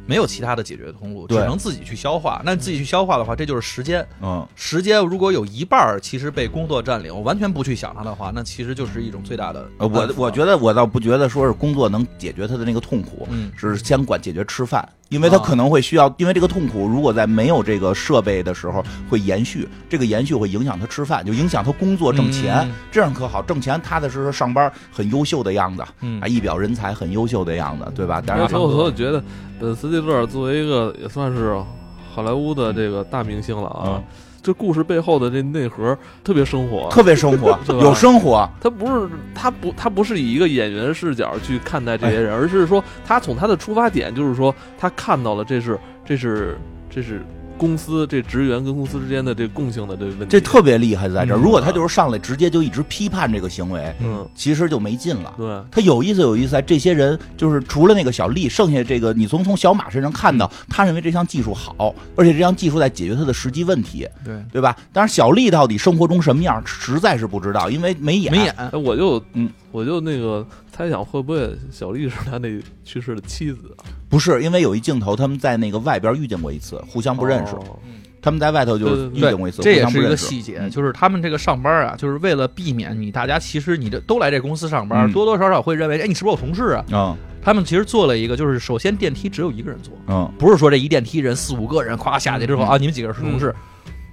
没有其他的解决通路，只
对
能自己去消化。那自己去消化的话，这就是时间。
嗯，
时间如果有一半儿其实被工作占领，我完全不去想它的话，那其实就是一种最大的
呃我我
得，
觉得我倒不觉得说是工作能解决他的那个痛苦，
嗯，
只是先管解决吃饭，因为他
啊
可能会需要，因为这个痛苦如果在没有这个设备的时候会延续，这个延续会影响他吃饭，就影响他工作挣钱，
嗯
这样可好，挣钱踏踏实实上班很优秀的样子，
嗯
啊，一表人才很优秀的样子，对吧？当然
所以我所以觉得，呃，斯蒂勒尔作为一个也算是好莱坞的这个大明星了啊
嗯，
这故事背后的这内核特别生活。，
特别生活
是吧
有生活，
他不是，他不，他不是以一个演员视角去看待这些
哎
人，而是说他从他的出发点，就是说他看到了这是这是这是公司这职员跟公司之间的这共性的这个问题。
这特别厉害在这儿。
嗯
如果他就是上来直接就一直批判这个行为，
嗯，
其实就没劲了。
对，
他有意思，有意思在这些人就是除了那个小丽，剩下这个你从从小马身上看到，他认为这项技术好，而且这项技术在解决他的实际问题，
对，
对吧？当然，小丽到底生活中什么样，实在是不知道，因为没演。
没演，
哎，我就
嗯，
我就那个猜想会不会小丽是他那去世的妻子，
不是因为有一镜头，他们在那个外边遇见过一次，互相不认识。
哦
他们在外头就
对对对
遇见过一次，
这也
互相
是
不
一个
认识
细节，
嗯
就是他们这个上班啊，就是为了避免你大家其实你这都来这公司上班，
嗯
多多少少会认为，哎，你是不是我同事啊？
嗯
他们其实做了一个，就是首先电梯只有一个人坐，
嗯
不是说这一电梯人四五个人夸下去之后
嗯
啊，你们几个人是同事。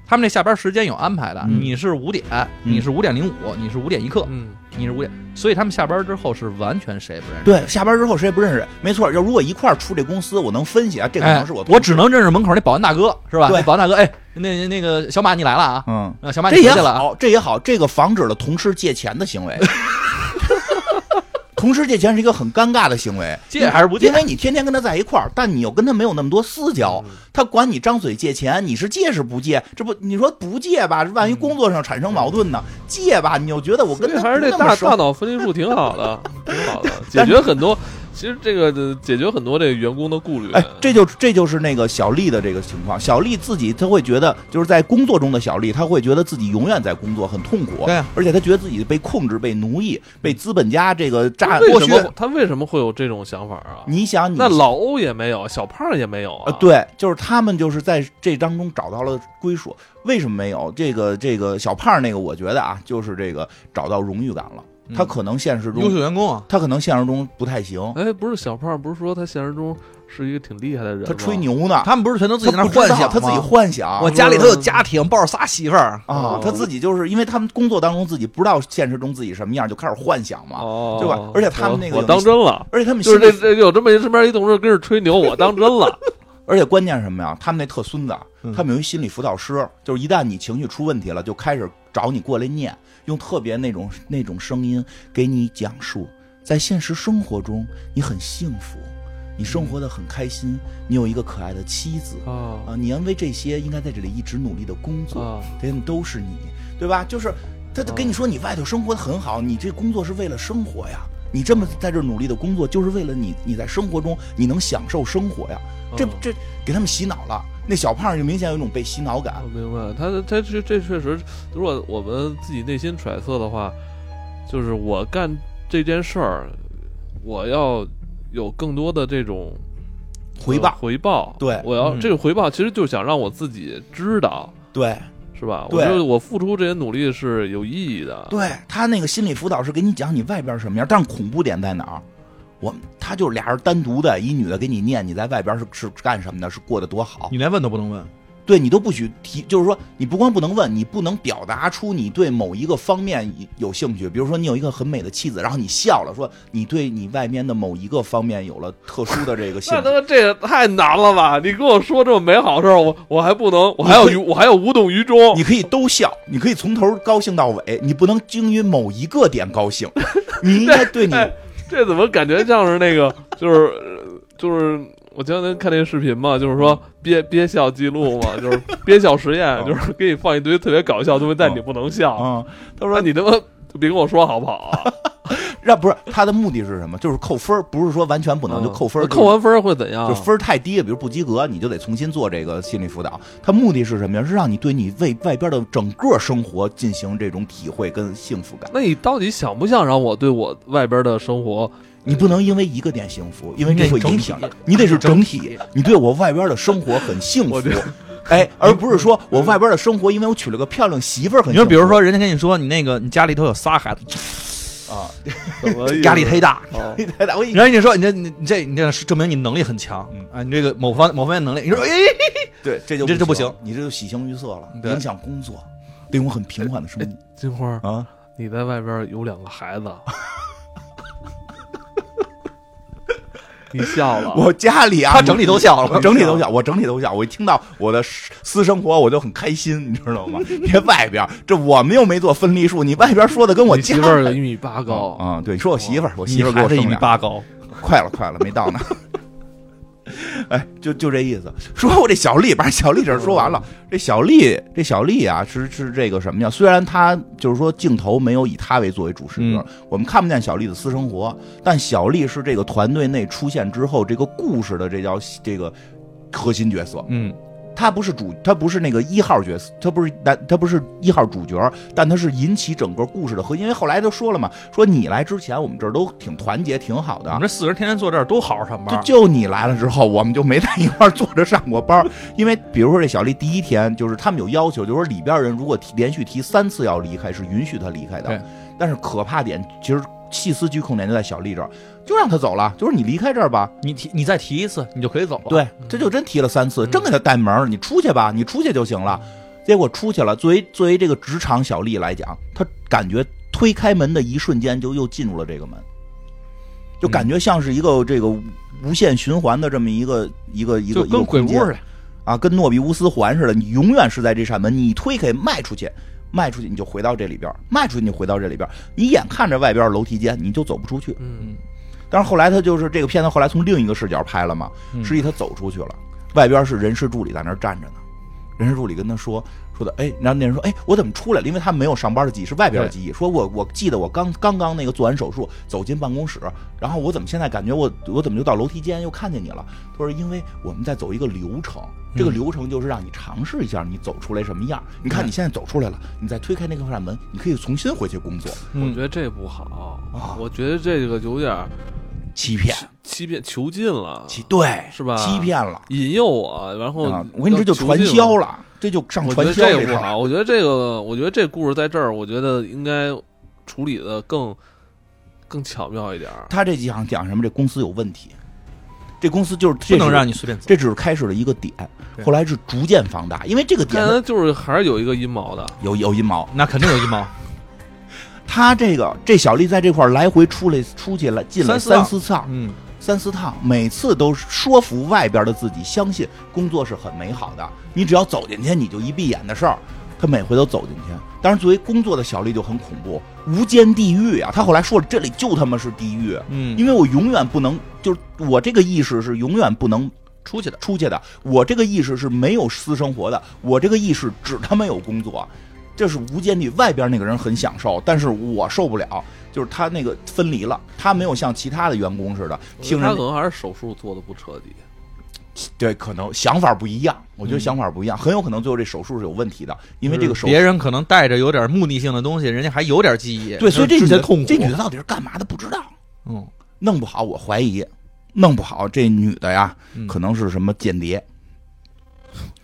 他们这下班时间有安排的，
嗯
你是五点，你是五点零五，你是五点一刻，
嗯，
你是五点，所以他们下班之后是完全谁也不认识。
对，下班之后谁也不认识，没错。要如果一块儿出这公司，我能分析啊，这可能是我
哎
同事、
我只能认识门口那保安大哥，是吧？
对
那保安大哥，哎，那那个小马你来了啊，
嗯，
啊，小马
这
你回
也
去了啊，
好，这也好，这个防止了同事借钱的行为。 同事借钱是一个很尴尬的行为，
借还是不借
因为你天天跟他在一块儿，但你又跟他没有那么多私交，他管你张嘴借钱，你是借是不借？这不你说不借吧，万一工作上产生矛盾呢？借吧，你又觉得我
所
跟
以
他
还是
不
这
那么
大
熟
大脑分离术挺好的，挺好的，解
但是
决很多其实这个呃解决很多这个员工的顾虑。
哎，这就这就是那个小丽的这个情况。小丽自己，她会觉得就是在工作中的小丽，她会觉得自己永远在工作，很痛苦。
对啊
而且她觉得自己被控制、被奴役、被资本家这个
他
榨
为
剥
什
削
么。他为什么会有这种想法啊？
你想你，
那老欧也没有，小胖也没有
呃
啊。，
对，就是他们就是在这当中找到了归属。为什么没有这个这个小胖那个？我觉得啊，就是这个找到荣誉感了。他可能现实
嗯优秀
中，
员工啊，
他可能现实中不太行。
哎，不是小胖，不是说他现实中是一个挺厉害的人吗？
他吹牛呢，
他们不是全都自己在那
啊他
儿
不知
幻
道
想吗
他自己幻想。
我家里头有家庭，抱着仨媳妇儿
啊
哦，
他自己就是因为他们工作当中自己不知道现实中自己什么样，就开始幻想嘛。
哦，
对吧而且他们那个
我我当真了，
而且他们
就是这
心里
这有这么一身边一同事跟着吹牛，我当真了。
而且关键是什么呀？他们那特孙子
嗯，
他们有一心理辅导师，就是一旦你情绪出问题了，就开始找你过来念，用特别那种那种声音给你讲述，在现实生活中你很幸福，你生活的很开心，你有一个可爱的妻子
啊
啊，你因为这些应该在这里一直努力的工作，
啊，
别人都是你，对吧？就是他他跟你说你外头生活的很好，你这工作是为了生活呀，你这么在这儿努力的工作，就是为了你你在生活中你能享受生活呀。这
嗯
这给他们洗脑了，那小胖就明显有一种被洗脑感
我。明白，他他这这确实，如果我们自己内心揣测的话，就是我干这件事儿，我要有更多的这种
回报
呃回报。
对
我要、
嗯
这个回报，其实就想让我自己知道，
对
是吧？
对
我觉得我付出这些努力是有意义的。
对，他那个心理辅导是给你讲你外边什么样，但是恐怖点在哪儿？我们他就俩人单独的，一女的给你念你在外边是是干什么的，是过得多好，
你连问都不能问。
对你都不许提，就是说你不光不能问，你不能表达出你对某一个方面有兴趣。比如说你有一个很美的妻子，然后你笑了，说你对你外面的某一个方面有了特殊的这个 兴
那他
趣。
妈这也太难了吧！你跟我说这么美好的事儿，我我还不能，我还要
你
于我还要无动于衷。
你可以都笑，你可以从头高兴到尾，你不能精于某一个点高 兴。你应该对 你
哎，这怎么感觉像是那个， 就是呃就是我前两天看那个视频嘛，就是说憋憋笑记录嘛，就是憋笑实 验，
嗯
就是给你放一堆特别搞笑的东西，但你不能笑。
啊，
他说你他妈就别跟我说好不好啊？
让不是他的目的是什么？就是扣分儿，不是说完全 不能就嗯扣分儿，
扣完分儿会怎样？
就分儿太低，比如不及格，你就得重新做这个心理辅导。它目的是什么呀？是让你对你为外边的整个生活进行这种体会跟幸福感。
那你到底想不想让我对我外边的生 活？
你不能因为一个点幸福，因为这
你得
会
整
影
体
响。你得是整
整
体
体，
你对我外边的生活很幸
我
福
觉得，
哎，而不是说我外边的生活，因为我娶了个漂亮媳妇儿很幸
你说，
福。
比如 说，人家跟你说你那个你家里头有仨孩子，
啊，
怎么
压力太大。
哦
你太大，哎我一
然后你说你这你你这你这是证明你能力很强
嗯
啊，你这个某方某方面能力，你说哎，
对这就
这就不行，
你这就喜形于色了，
对
影响工作，对我很平缓的生活
金花，
啊。
你在外边有两个孩 子，你笑了。
我家里啊，
他整体都笑了
我整体都笑，我整体都笑。我一听到我的私私生活，我就很开心，你知道 吗？别外边儿，这我们又没做分离术，你外边儿说的跟我
你
家
媳妇儿有一米八高
啊、嗯对，你说我媳妇儿，我媳妇儿给
还
我
是
生
一米
俩，
八高，
快了，快了，没到呢。 哎，就就这意思。说我这小丽，把小丽这儿说完了。这小丽，这小丽啊，是是这个什么呀？虽然她就是说镜头没有以她为作为主视角，
嗯
我们看不见小丽的私生活，但小丽是这个团队内出现之后，这个故事的这叫这个核心角色。
嗯，
她不是主，她不是那个一号角色，她不是男，她不是一号主角，但她是引起整个故事的核心。因为后来都说了嘛，说你来之前我们这儿都挺团结，挺好的
我们。这四个人天天坐这儿多好好上班，
啊就就你来了之后，我们就没在一块儿坐着上过班儿。因为比如说这小丽第一天，就是他们有要求，就是说里边儿人如果提连续提三次要离开，是允许他离开
对
的。但是可怕点其实细思极恐点就在小丽这儿，就让他走了，就是你离开这儿吧。
你提你再提一次，你就可以走了。
对，这就真提了三次，
嗯
真给他带门儿，你出去吧，你出去就行了。结果出去了，作为作为这个职场小丽来讲，她感觉推开门的一瞬间就又进入了这个门，就感觉像是一个这个无限循环的这么一个一个一个
就
一个
跟鬼
空
屋
间
似的，
啊，跟诺比乌斯环似的，你永远是在这扇门，你推开迈出去，迈出去你就回到这里边儿，迈出去你就回到这里边儿，你眼看着外边儿楼梯间，你就走不出去。
嗯，
但是后来他就是这个片子后来从另一个视角拍了嘛，
嗯
实际他走出去了，外边是人事助理在那儿站着呢，人事助理跟他说说的，哎，然后那人说，哎，我怎么出来了？因为他没有上班的记忆，是外边的记忆。说我我记得我刚刚刚那个做完手术走进办公室，然后我怎么现在感觉我我怎么就到楼梯间又看见你了？他说，因为我们在走一个流程，这个
嗯
流程就是让你尝试一下你走出来什么样。你看你现在走出来了，你再推开那个扇门，你可以重新回去工作。
我觉
嗯，
得这不好
啊，
我觉得这个有点儿
欺骗，
欺骗、囚禁了，
欺对
是吧
欺骗了，
引诱我，然后
啊，我跟你这就
囚
传
禁
销
了。
了，这就上
我觉
传
得
销
这
这
个不
套。
好，我觉得这个，我觉得这故事在这儿，我觉得应该处理的更更巧妙一点儿。
他这集想讲什么？这公司有问题，这公司就是
不能让
你，
你随便走。
这只是开始的一个点，
对
后来是逐渐放大，因为这个点
看来就是还是有一个阴谋的，
有有阴谋。
那肯定有一 毛，
他这个这小丽在这块儿来回出来出去了，进来三
三
四
四
趟，
嗯，
三四趟，每次都是说服外边的自己相信工作是很美好的，你只要走进去，你就一闭眼的事儿。他每回都走进去，当然作为工作的小丽就很恐怖，无间地狱啊！他后来说了，这里就他妈是地狱，
嗯，
因为我永远不能，就是我这个意识是永远不能
出去的，
出去的，我这个意识是没有私生活的，我这个意识只他妈有工作，这是无间地狱。外边那个人很享受，但是我受不了，就是他那个分离了，他没有像其他的员工似的
我觉
听
得他
人
可能还是手术做的不彻底。
对，可能想法不一样，我觉得
嗯
想法不一样，很有可能最后这手术是有问题的，因为这个手术
别人可能带着有点目的性的东西，人家还有点记忆，
对，所以这
之
女
前
的
痛苦，
这女的到底是干嘛的不知道，
嗯，
弄不好我怀疑，弄不好这女的呀
嗯
可能是什么间谍。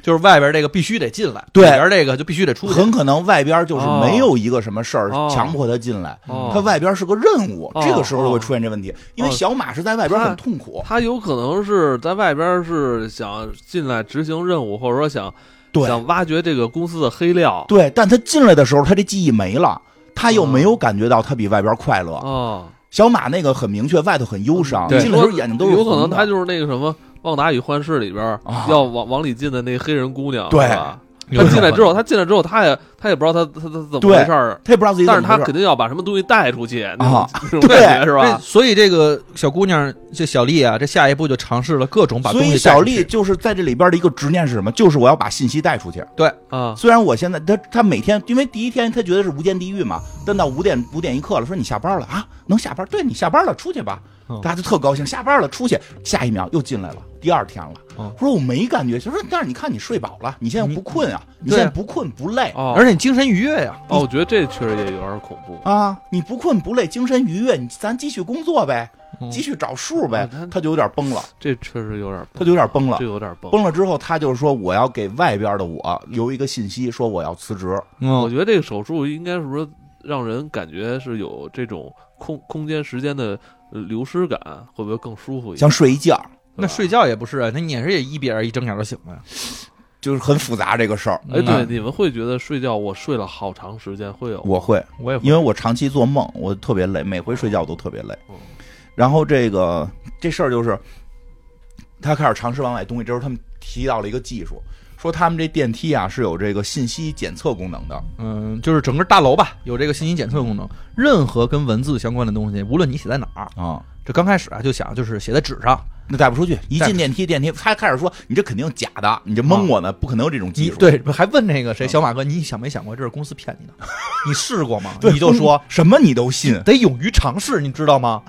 就是外边这个必须得进来，
对
里边这个就必须得出去，
很可能外边就是没有一个什么事儿
哦
强迫他进来，
哦
嗯他外边是个任务，
哦
这个时候就会出现这问题。因为小马是在外边很痛苦，
他有可能是在外边儿是想进来执行任务，或者说想
对
想挖掘这个公司的黑料。
对，但他进来的时候，他这记忆没了。他又没有感觉到他比外边快乐。
哦，
小马那个很明确，外头很忧伤，
对
进来的时候眼睛都是
有可能
红的
他就是那个什么《旺达与幻视》里边儿
啊
要往往里进的那黑人姑娘，
对
是吧？
有
他
点
进来
可
之后，他进来之后，他也他也不知道他他他怎么
对
回事儿，
他也不知道自己怎
但是
么回事
他
儿。
肯定要把什么东西带出去，那
啊
种那种感觉是
这
吧？
所以这个小姑娘，这小丽啊，这下一步就尝试了各种把东
所以
西带
小
出去
丽就是在这里边的一个执念是什么？就是我要把信息带出去。
啊，
虽然我现在他他每天，因为第一天他觉得是无间地狱嘛，但到五点五点一刻了，说你下班了啊，能下班？对你下班了，出去吧
嗯。
大家就特高兴，下班了出去，下一秒又进来了，第二天了。
嗯
我说我没感觉，就说但是你看你睡饱了，你现在不困啊，你现在不困不累
哦，
而且你精神愉悦呀、
哦，我觉得这确实也有点恐怖。
啊，你不困不累，精神愉悦，你咱继续工作呗，
嗯
继续找数呗
哦他。
他就有点崩了，
这确实有点，
他就有点崩了
这。有点崩。
崩了之后，他就是说我要给外边的我留一个信息，说我要辞职。
我
嗯，
觉得这个手术应该是说让人感觉是有这种空空间时间的呃流失感，会不会更舒服一点？
想睡一觉，
那睡觉也不是啊，那你也是也一闭眼一睁眼就醒了呀。
就是很复杂这个事儿。
哎，
嗯
对，，你们会觉得睡觉我睡了好长时间会有
我会，
我也会
因为我长期做梦，我特别累，每回睡觉我都特别累
嗯。
然后这个这事儿就是，他开始尝试往外东西，这时候他们提到了一个技术，说他们这电梯啊是有这个信息检测功能的。
嗯，就是整个大楼吧，有这个信息检测功能，任何跟文字相关的东西，无论你写在哪儿，
啊、
这刚开始啊就想就是写在纸上，
那带不出去，啊一
带不
进电梯，电梯他开始说：“你这肯定假的，你这蒙我呢，不可能有这种技
你
术。”，
对还问那个谁小马哥，你想没想过这是公司骗你 的？你试过吗？你就说
什么你都信
得勇于尝试，你知道吗？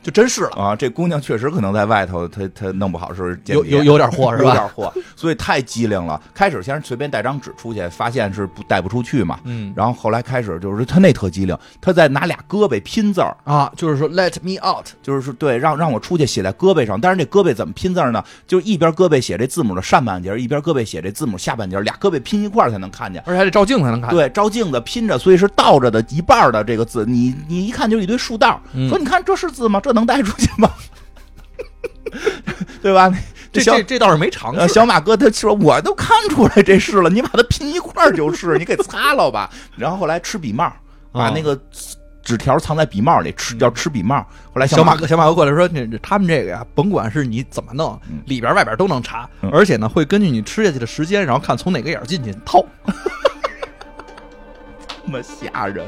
就真是了，
啊！这姑娘确实可能在外头，她她弄不好是间谍
有有有点货是
有
吧？
点货，所以太机灵了。开始先是随便带张纸出去，发现是不带不出去嘛，
嗯，
然后后来开始就是他那特机灵，他在拿俩胳膊拼字儿，
啊，就是说 let me out，
就是说对让让我出去写在胳膊上，但是这胳膊怎么拼字儿呢？就是一边胳膊写这字母的上半截儿，一边胳膊写这字母下半截儿，俩胳膊拼一块儿才能看见。
而且还得照镜才能看。
对，照镜子拼着，所以是倒着的一半儿的这个字，你你一看就是一堆竖道儿。
嗯
说你看这是字吗？这能带出去吗？ 对吧？
这
小
这这倒是没尝
呃，
试。
小马哥他说我都看出来这是了，你把它拼一块儿就是，你给擦了吧。然后后来吃笔帽，
哦
把那个纸条藏在笔帽里，吃要吃笔帽。后来
嗯小
马
马哥，小马哥过来说，你你他们这个呀，甭管是你怎么弄
嗯，
里边外边都能查
嗯，
而且呢，会根据你吃下去的时间，然后看从哪个眼儿进去掏。
那么吓人，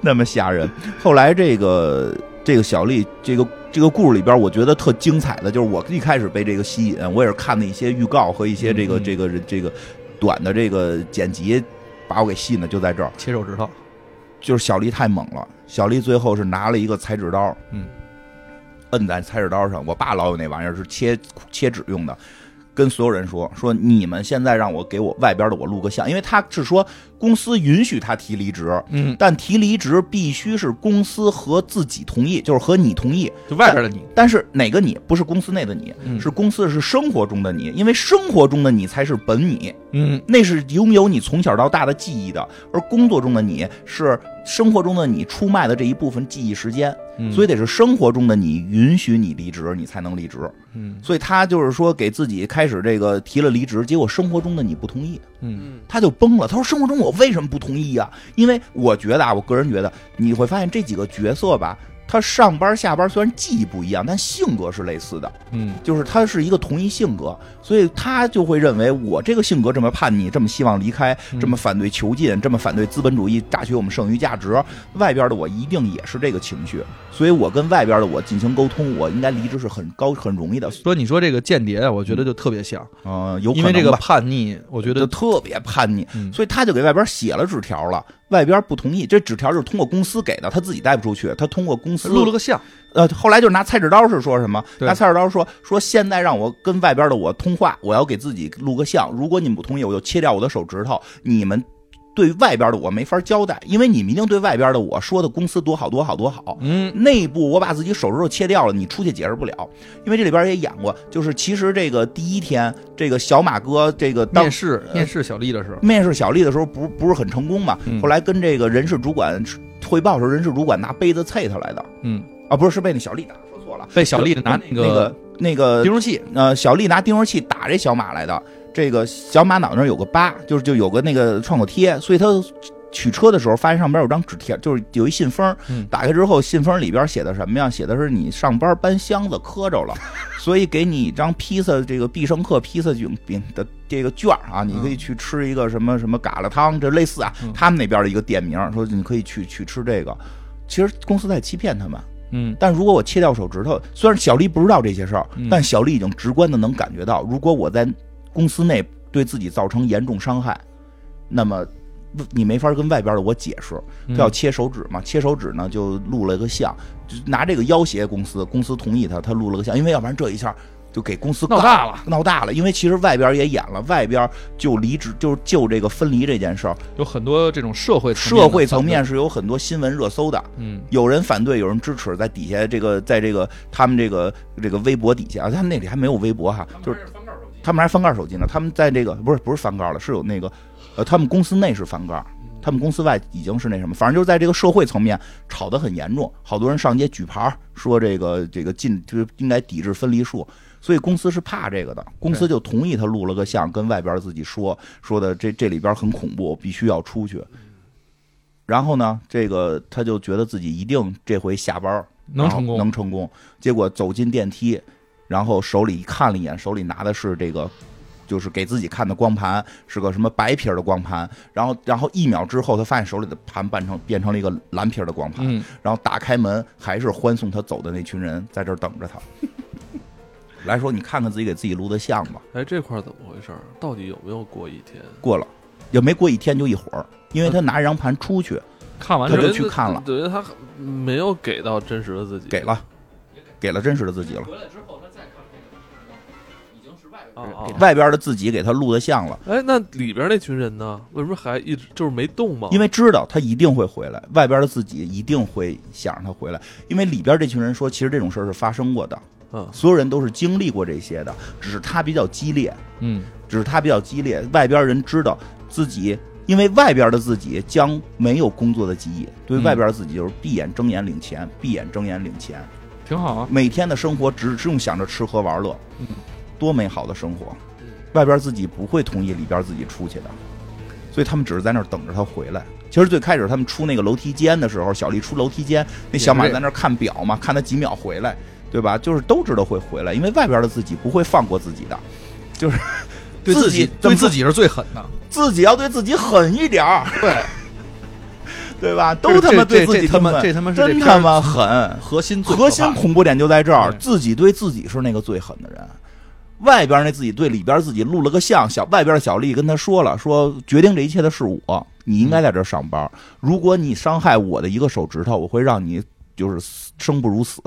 那么吓人。后来这个这个小丽这个。这个故事里边，我觉得特精彩的就是我一开始被这个吸引，我也是看的一些预告和一些这个、
嗯
这个这个短的这个剪辑把我给吸引的就在这儿，
切手指头，
就是小丽太猛了，小丽最后是拿了一个裁纸刀，
嗯，
摁在裁纸刀上。我爸老有那玩意儿，是切切纸用的。跟所有人说说，你们现在让我给我外边的我录个像，因为他是说公司允许他提离职，
嗯，
但提离职必须是公司和自己同意，就是和你同意。
就外边的你，
但是哪个你不是公司内的你，
嗯
是公司是生活中的你，因为生活中的你才是本你，
嗯，
那是拥有你从小到大的记忆的，而工作中的你是生活中的你出卖的这一部分记忆时间，
嗯
所以得是生活中的你允许你离职，你才能离职。
嗯
所以他就是说给自己开始这个提了离职，结果生活中的你不同意，
嗯
嗯
他就崩了。他说：“生活中我为什么不同意呀、因为我觉得啊，我个人觉得你会发现这几个角色吧，他上班下班虽然记忆不一样，但性格是类似的，
嗯
就是他是一个同一性格，所以他就会认为我这个性格这么叛逆，这么希望离开，
嗯
这么反对囚禁，这么反对资本主义榨取我们剩余价值，外边的我一定也是这个情绪，所以我跟外边的我进行沟通，我应该离职是很高很容易的，
所以你说这个间谍啊，我觉得就特别像，
嗯、有可
因
能
为这个
吧
叛逆，我觉
就
得，
特别叛逆，
嗯
所以他就给外边写了纸条了，外边不同意，这纸条就是通过公司给的，他自己带不出去，他通过公司
录了个像，
呃，后来就是拿菜纸刀是说什么？
对
拿菜纸刀说说现在让我跟外边的我通话，我要给自己录个像。如果你们不同意，我就切掉我的手指头。你们对外边的我没法交代，因为你们一定对外边的我说的公司多好多好多好。
嗯
内部我把自己手指头切掉了，你出去解释不了，因为这里边也演过，就是其实这个第一天，这个小马哥这个当
面试面试小丽的时候，
面试小丽的时候不不是很成功嘛，
嗯
后来跟这个人事主管汇报的时候，人事主管拿杯子啐他来的
嗯，
啊，不是是被那小丽打，说错了。呃
被小丽拿那
那个那个
冰容器，
呃，小丽拿钉儿器打这小马来的。这个小马脑袋那儿有个疤，就是就有个那个创口贴，所以他取车的时候发现上边有张纸条，就是有一信封儿
嗯，
打开之后信封里边写的什么呀？写的是你上班搬箱子磕 着了，所以给你一张披萨这个必胜客披萨饼饼的这个券儿啊，你可以去吃一个什么什么嘎啦汤，这类似啊
嗯，
他们那边的一个店名儿，说你可以去去吃这个。其实公司在欺骗他们，
嗯
但如果我切掉手指头，虽然小丽不知道这些事儿
嗯，
但小丽已经直观的能感觉到，如果我在公司内对自己造成严重伤害，那么你没法跟外边的我解释。他
嗯
要切手指嘛，切手指呢就录了个像，就拿这个要挟公司，公司同意他，他录了个像，因为要不然这一下就给公司
闹
告
大了，
闹大了。因为其实外边也演了，外边就离职，就是就这个分离这件事儿，
有很多这种社会层面
社
的
会层
反
面是有很多新闻热搜的。
对，嗯
有人反对，有人支持，在底下这个，在这个他们这个这个微博底下，啊他们那里还没有微博哈，就是他们还翻盖手机呢。他们在这个不是不是翻盖了，是有那个呃，他们公司内是翻盖，他们公司外已经是那什么，反正就是在这个社会层面吵得很严重，好多人上街举牌说这个这个禁就是应该抵制分离术。所以公司是怕这个的，公司就同意他录了个像，跟外边自己说说的这这里边很恐怖，必须要出去。然后呢，这个他就觉得自己一定这回下班儿
能成
然后
功，
能成功。结果走进电梯，然后手里看了一眼，手里拿的是这个，就是给自己看的光盘，是个什么白皮儿的光盘。然后，然后一秒之后，他发现手里的盘变成变成了一个蓝皮儿的光盘。
嗯，
然后打开门，还是欢送他走的那群人在这儿等着他。 来说，你看看自己给自己录的像吧。
哎，这块儿怎么回事儿？到底有没有过一天？
过了，也没过一天就一会儿，因为他拿一张盘出去，
看完
他
之
就
后
等于
去看了
等于他没有给到真实的自己。
给了，给了真实的自己了。
啊啊！
外边的自己给他录的像了，
哎，那里边那群人呢？为什么还一直就是没动吗？
因为知道他一定会回来，外边的自己一定会想让他回来，因为里边这群人说，其实这种事儿是发生过的，
嗯，
所有人都是经历过这些的，只是他比较激烈，
嗯
只是他比较激烈，外边人知道自己。因为外边的自己将没有工作的记忆，对
嗯
外边的自己就是闭眼睁眼领钱，闭眼睁眼领钱，
挺好啊，
每天的生活只只用想着吃喝玩乐
嗯，
多美好的生活
嗯！
外边自己不会同意里边自己出去的，所以他们只是在那儿等着他回来。其实最开始他们出那个楼梯间的时候，小丽出楼梯间，那小马
也是这
在那儿看表
嗯
嘛，看他几秒回来，对吧？就是都知道会回来，因为外边的自己不会放过自己的，就是
对
自
己
己
对
自
自己是最狠的，
自己要对自己狠一点儿，
对，
对吧？都他妈对
这
自己
这他妈
狠
这他妈是这
真
片
他
儿
妈狠，
核心最可
核心
怕
恐怖点就在这儿，
对
自己对自己是那个最狠的人。外边那自己对里边自己录了个像，小外边的小丽跟他说了，说决定这一切的是我，你应该在这儿上班。
嗯
如果你伤害我的一个手指头，我会让你就是死生不如死。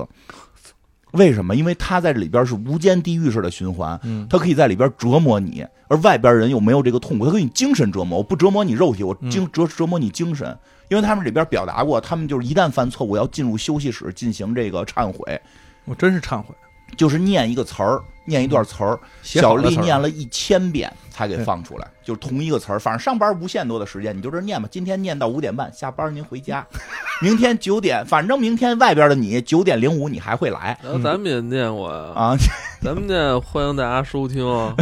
为什么？因为他在这里边是无间地狱式的循环，
嗯
他可以在里边折磨你，而外边人又没有这个痛苦，他给你精神折磨，我不折磨你肉体，我
嗯
精折折磨你精神。因为他们里边表达过，他们就是一旦犯错误，要进入休息室进行这个忏悔，
我真是忏悔，
就是念一个词儿，念一段词儿。
写
小
好
丽
了词儿啊
念了一千遍才给
对
放出来，就是同一个词儿，反正上班无限多的时间，你就这念吧。今天念到五点半，下班您回家， 明天九点，反正明天外边的你九点零五你还会来
然后咱们也念过呀，
啊。
咱们念欢迎大家收听 啊，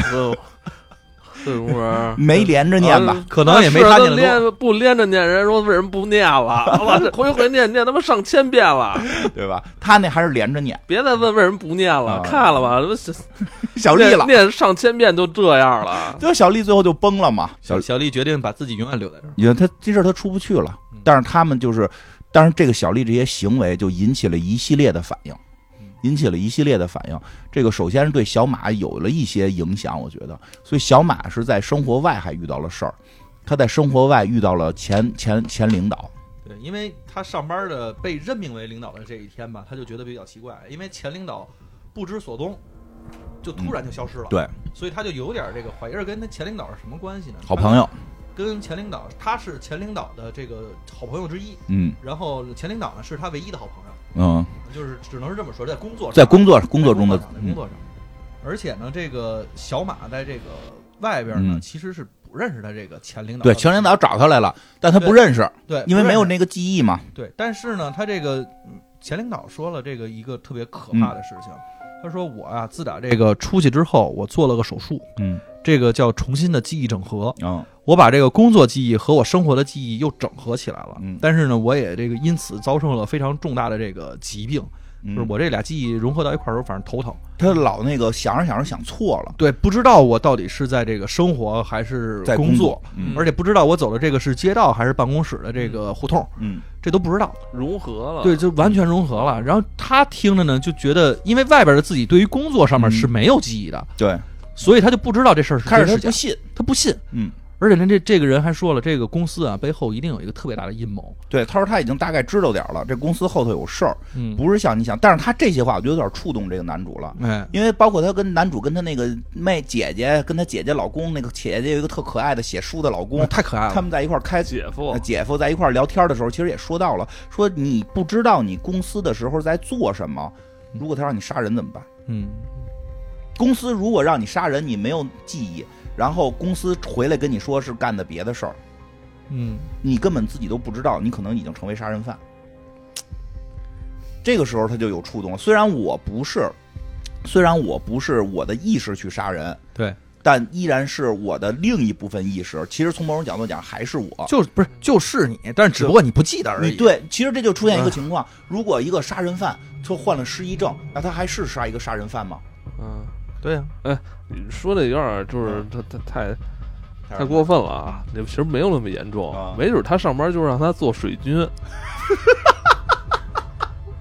对公园
没连着嗯念吧？
啊
可能也没
是
他
他
念得多
连不连着念，人家说为什么不念 了？我这回回念念他妈上千遍了，
对吧？他那还是连着念，
别再问为什么不念了，
啊
看了吧，这不是
小丽了
念，念上千遍都这样 了。
最后小丽最后就崩了嘛。小
小小丽决定把自己永远留在这儿。
你看他这事儿他出不去了，
嗯
但是他们就是，但是这个小丽这些行为就引起了一系列的反应，
嗯
引起了一系列的反应。这个首先是对小马有了一些影响，我觉得，所以小马是在生活外还遇到了事儿，他在生活外遇到了前前前领导，
对，因为他上班的被任命为领导的这一天吧，他就觉得比较奇怪，因为前领导不知所踪，就突然就消失了。
嗯对，
所以他就有点这个怀疑，而跟他前领导是什么关系呢？
好朋友，
跟前领导，他是前领导的这个好朋友之一，
嗯
然后前领导呢是他唯一的好朋友，
嗯，
就是只能是这么说，在工作上
在工作工作中的嗯
在工上在工作上，而且呢，这个小马在这个外边呢，
嗯
其实是不认识他这个前领导的，
对前领导找他来了，但他不认识，
对，
因为没有
不认
那个记忆嘛，
识对，但是呢，他这个嗯前领导说了这个一个特别可
嗯
怕的事情，他说我啊，自打这个出去之后，我做了个手术，
嗯
这个叫重新的记忆整合，
嗯
我把这个工作记忆和我生活的记忆又整合起来了，
嗯
但是呢，我也这个因此遭受了非常重大的这个疾病，就是我这俩记忆融合到一块儿的时候，反正头疼。
嗯他老那个想着想着想错了，
对，不知道我到底是在这个生活还是
在
工
作
作，，
嗯
而且不知道我走的这个是街道还是办公室的这个胡同，
嗯
这都不知道。
融合了，
对，就完全融合了。然后他听着呢，就觉得因为外边的自己对于工作上面
嗯
是没有记忆的，
对，
所以他就不知道这事儿是
开
真
始
是
他
假
不，信，
他不信。
嗯。
而且呢，这这个人还说了，这个公司啊背后一定有一个特别大的阴谋。
对，他说他已经大概知道点儿了，这公司后头有事儿，
嗯，
不是像你想。但是他这些话，我觉得有点触动这个男主了，
哎，
因为包括他跟男主跟他那个妹姐姐，跟他姐姐老公，那个姐姐有一个特可爱的写书的老
哇
公，
嗯太可爱
他
了。
们在一块儿开
姐夫
呃，姐夫在一块儿聊天的时候，其实也说到了，说你不知道你公司的时候在做什么，如果他让你杀人怎么办？
嗯，
公司如果让你杀人，你没有记忆，然后公司回来跟你说是干的别的事儿，
嗯，
你根本自己都不知道，你可能已经成为杀人犯。这个时候他就有触动了。虽然我不是，虽然我不是我的意识去杀人，
对，
但依然是我的另一部分意识。其实从某种角度讲，还是我。
就是不是就是你，但是只不过你不记得而
你
已。，
对，其实这就出现一个情况：如果一个杀人犯他患了失忆症，那他还是杀一个杀人犯吗？
嗯，
对呀、
你说的有点儿就是
嗯
他他太太过分了啊！这其实没有那么严重
啊，
没准他上班就让他做水 军，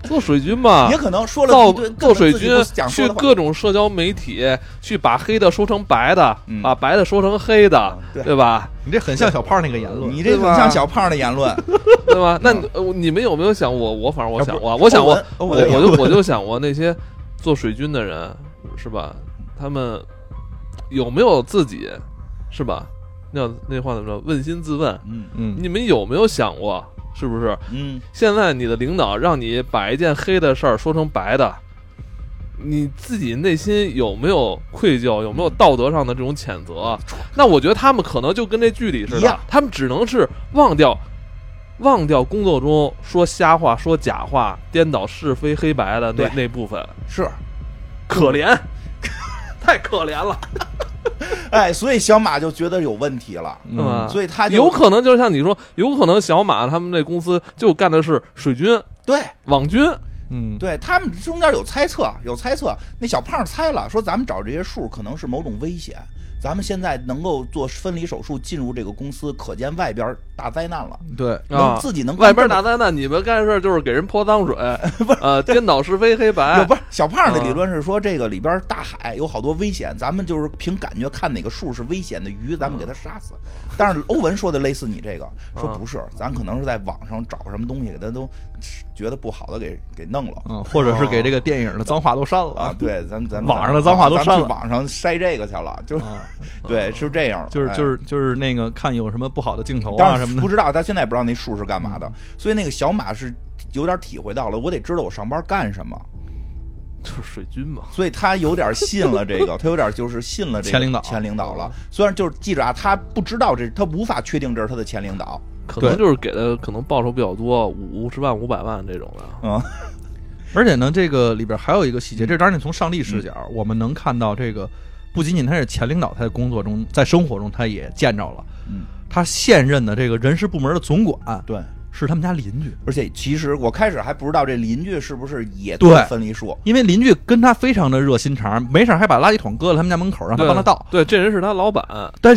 做水军吧
也，可能说了
造
一堆
做水
根
军
本自己不讲说
去
的话
各种社交媒体去把黑的说成白的
嗯，
把白的说成黑的
啊，对
对吧？
你这很像小胖那个言论。
你这
对
很
吧
像小胖的言论。
对吧？那你呃你们有没有想过？我反正我想过啊，我想
欧
过
文，
我
欧
我
文的言
就
论
我就想过那些做水军的人是吧？他们有没有自己是吧？那那话怎么说？问心自问，
嗯
嗯，
你们有没有想过？是不是
嗯，
现在你的领导让你把一件黑的事儿说成白的，你自己内心有没有愧疚？有没有道德上的这种谴责？那我觉得他们可能就跟这剧里似的
一样，
他们只能是忘掉，忘掉工作中说瞎话、说假话、颠倒是非黑白的那
对嗯
那部分，
是。
可怜，太可怜了，
哎，所以小马就觉得有问题了，
是吧？
嗯所以他就
啊嗯有可能就是像你说，有可能小马他们那公司就干的是水军、
对。
网军，
嗯，
对他们中间有猜测，有猜测。那小胖猜了，说咱们找这些数可能是某种危险。咱们现在能够做分离手术进入这个公司，可见外边大灾难了，
对，
能
啊，
自己能
外边
打。
大灾难，你们干事儿就是给人泼脏水， 呃，颠倒是非黑
要
白
不，是小胖的
啊
理论是说，这个里边大海有好多危险，咱们就是凭感觉看哪个树是危险的鱼，咱们给它杀死。但是欧文说的类似你这个，说
啊
不是，咱可能是在网上找什么东西给它都觉得不好的给给弄
啊
了
嗯，或者是给这个电影的脏话都删
啊
了。。
对，咱咱
网上的脏话都
咱
删
去
了
网上筛这个去了，就是
啊，
对，是这样的，
就是
哎
就是就是那个看有什么不好的镜头啊
当
什
然
么
不
的，嗯
知道，他现在也不知道那树是干嘛的，所以那个小马是有点体会到了，我得知道我上班干什么，
就是水军嘛。
所以他有点信了这 个，他有点就是信了这个
前领导嗯
前领导了。虽然就是记者啊，他不知道这，他无法确定这是他的前领导。
可
对
能就是给的可能报酬比较多，五五十万、五百万这种的。
嗯，
而且呢，这个里边还有一个细节，
嗯
这当然你从上帝视角，我们能看到这个不仅仅他是前领导，他在工作中，在生活中他也见着了，
嗯，
他现任的这个人事部门的总管
对。
是他们家邻居，
而且其实我开始还不知道这邻居是不是也
对
做分离术，
因为邻居跟他非常的热心肠，没事儿还把垃圾桶搁在他们家门口，让他帮他倒。
对，这人是他老板，
但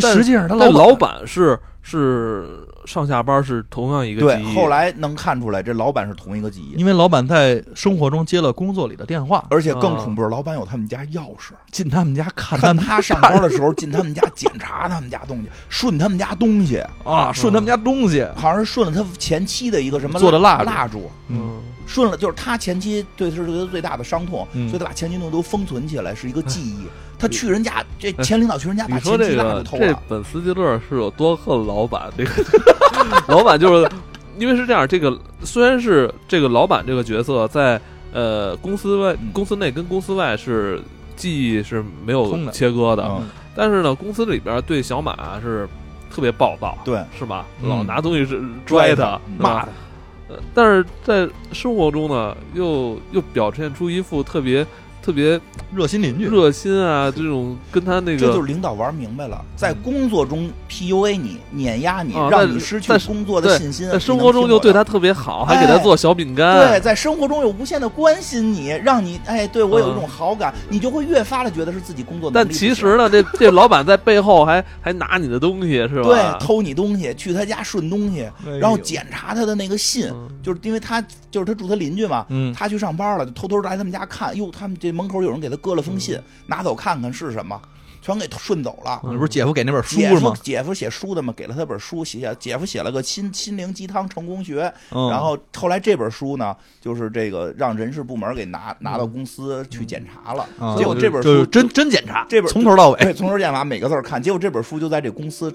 但
实际上他
但
老
老板是是上下班是同样一个
对
级，
后来能看出来这老板是同一个记忆，
因为老板在生活中接了工作里的电话，
而且更
啊
恐怖，是老板有他们家 钥匙，
进他们家看他
看
们
他上班的时候进他们家检查他们家东西，顺他们家东西，
啊，顺
嗯
他们家东西，
好像是顺了他前妻的一个什么
做的蜡烛
蜡烛，
嗯，
顺了就是他前妻对他是对他最大的伤痛，
嗯
所以他把前妻弄都封存起来，是一个记忆。他去人家这前领导去人啊家
嗯
把
你
前
说
妻
这
蜡烛
个
偷
这
了，
本斯基勒是有多恨老板？这个 老板就是因为是这样，这个虽然是这个老板这个角色在呃公司外
嗯、
公司内跟公司外是记忆是没
通
有
的
切割的，
嗯
但是呢，公司里边对小马是特别暴躁，
对，
是吧？
嗯
老拿东西是拽
他
他、
嗯
是吧
骂他，
呃但是在生活中呢，又又表现出一副特别特别
热心邻居，
热心啊，这种跟他那
这就
个
是领导玩明白了，在工作中 PUA 你、碾压你，
啊在
让你失去
在
工作的信心，
在
你
生
能
活中
听
就
我
对
的
他特别好，还给他
哎
做小饼
对，
嗯
干，
在生活中有无限的关心你，让你哎，对我有一种好感，你就会越发的觉得是自己工作能力
但
不
其
行
实呢，这这老板在背后还还拿你的东西是吧？
对偷你东西，去他家顺东西，
哎呦
然后检查他的那个信，
嗯
就是因为他就是他住他邻居嘛，
嗯
他去上班了，就偷偷来他们家看，哟，他们这门口有人给他搁了封信，
嗯
拿走看看是什么，全给顺走了。
那不是姐夫给那本嗯书
姐
是
夫
吗？
姐夫写书的嘛，给了他本书，写姐夫写了个心心灵鸡汤成功学，
嗯
然后后来这本书呢，就是这个让人事部门给拿拿到公司去检查了，
啊
结果这本
就
书
是真真检查，
这本
从头到尾
对从头见尾每 个字儿看，结果这本书就在这公司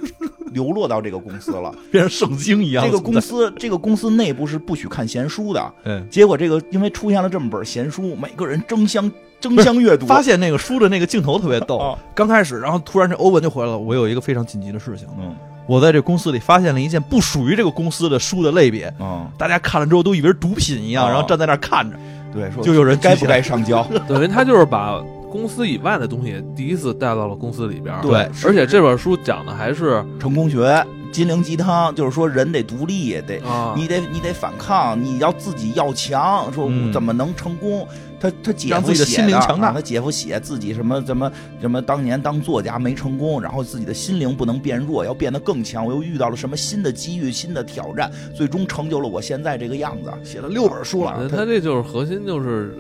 流落到这个公司了。
变成圣经一样。
这个公司这个公司内部是不许看闲书的，
哎，
结果这个因为出现了这么本闲书，每个人争相争相阅读。
发现那个书的那个镜头特别逗
啊。
刚开始，然后突然这欧文就回来了，我有一个非常紧急的事情，
嗯
我在这公司里发现了一件不属于这个公司的书的类别。
嗯，
大家看了之后都以为是毒品一样，
啊
然后站在那儿看着，
对，说
就有人举起来
该不该上 交？
等于他就是把公司以外的东西第一次带到了公司里边儿，
对
而且这本书讲的还是
成功学、心灵鸡汤，就是说人得独立，得
啊，
你得你得反抗，你要自己要强，说
嗯
怎么能成功？他他姐
让
夫
自己的
写
心灵强大
啊他姐夫写自己什么什么什么，当年当作家没成功，然后自己的心灵不能变弱，要变得更强。我又遇到了什么新的机遇、新的挑战，最终成就了我现在这个样子。写了六本书
我觉
了
得，他这就是核心，就是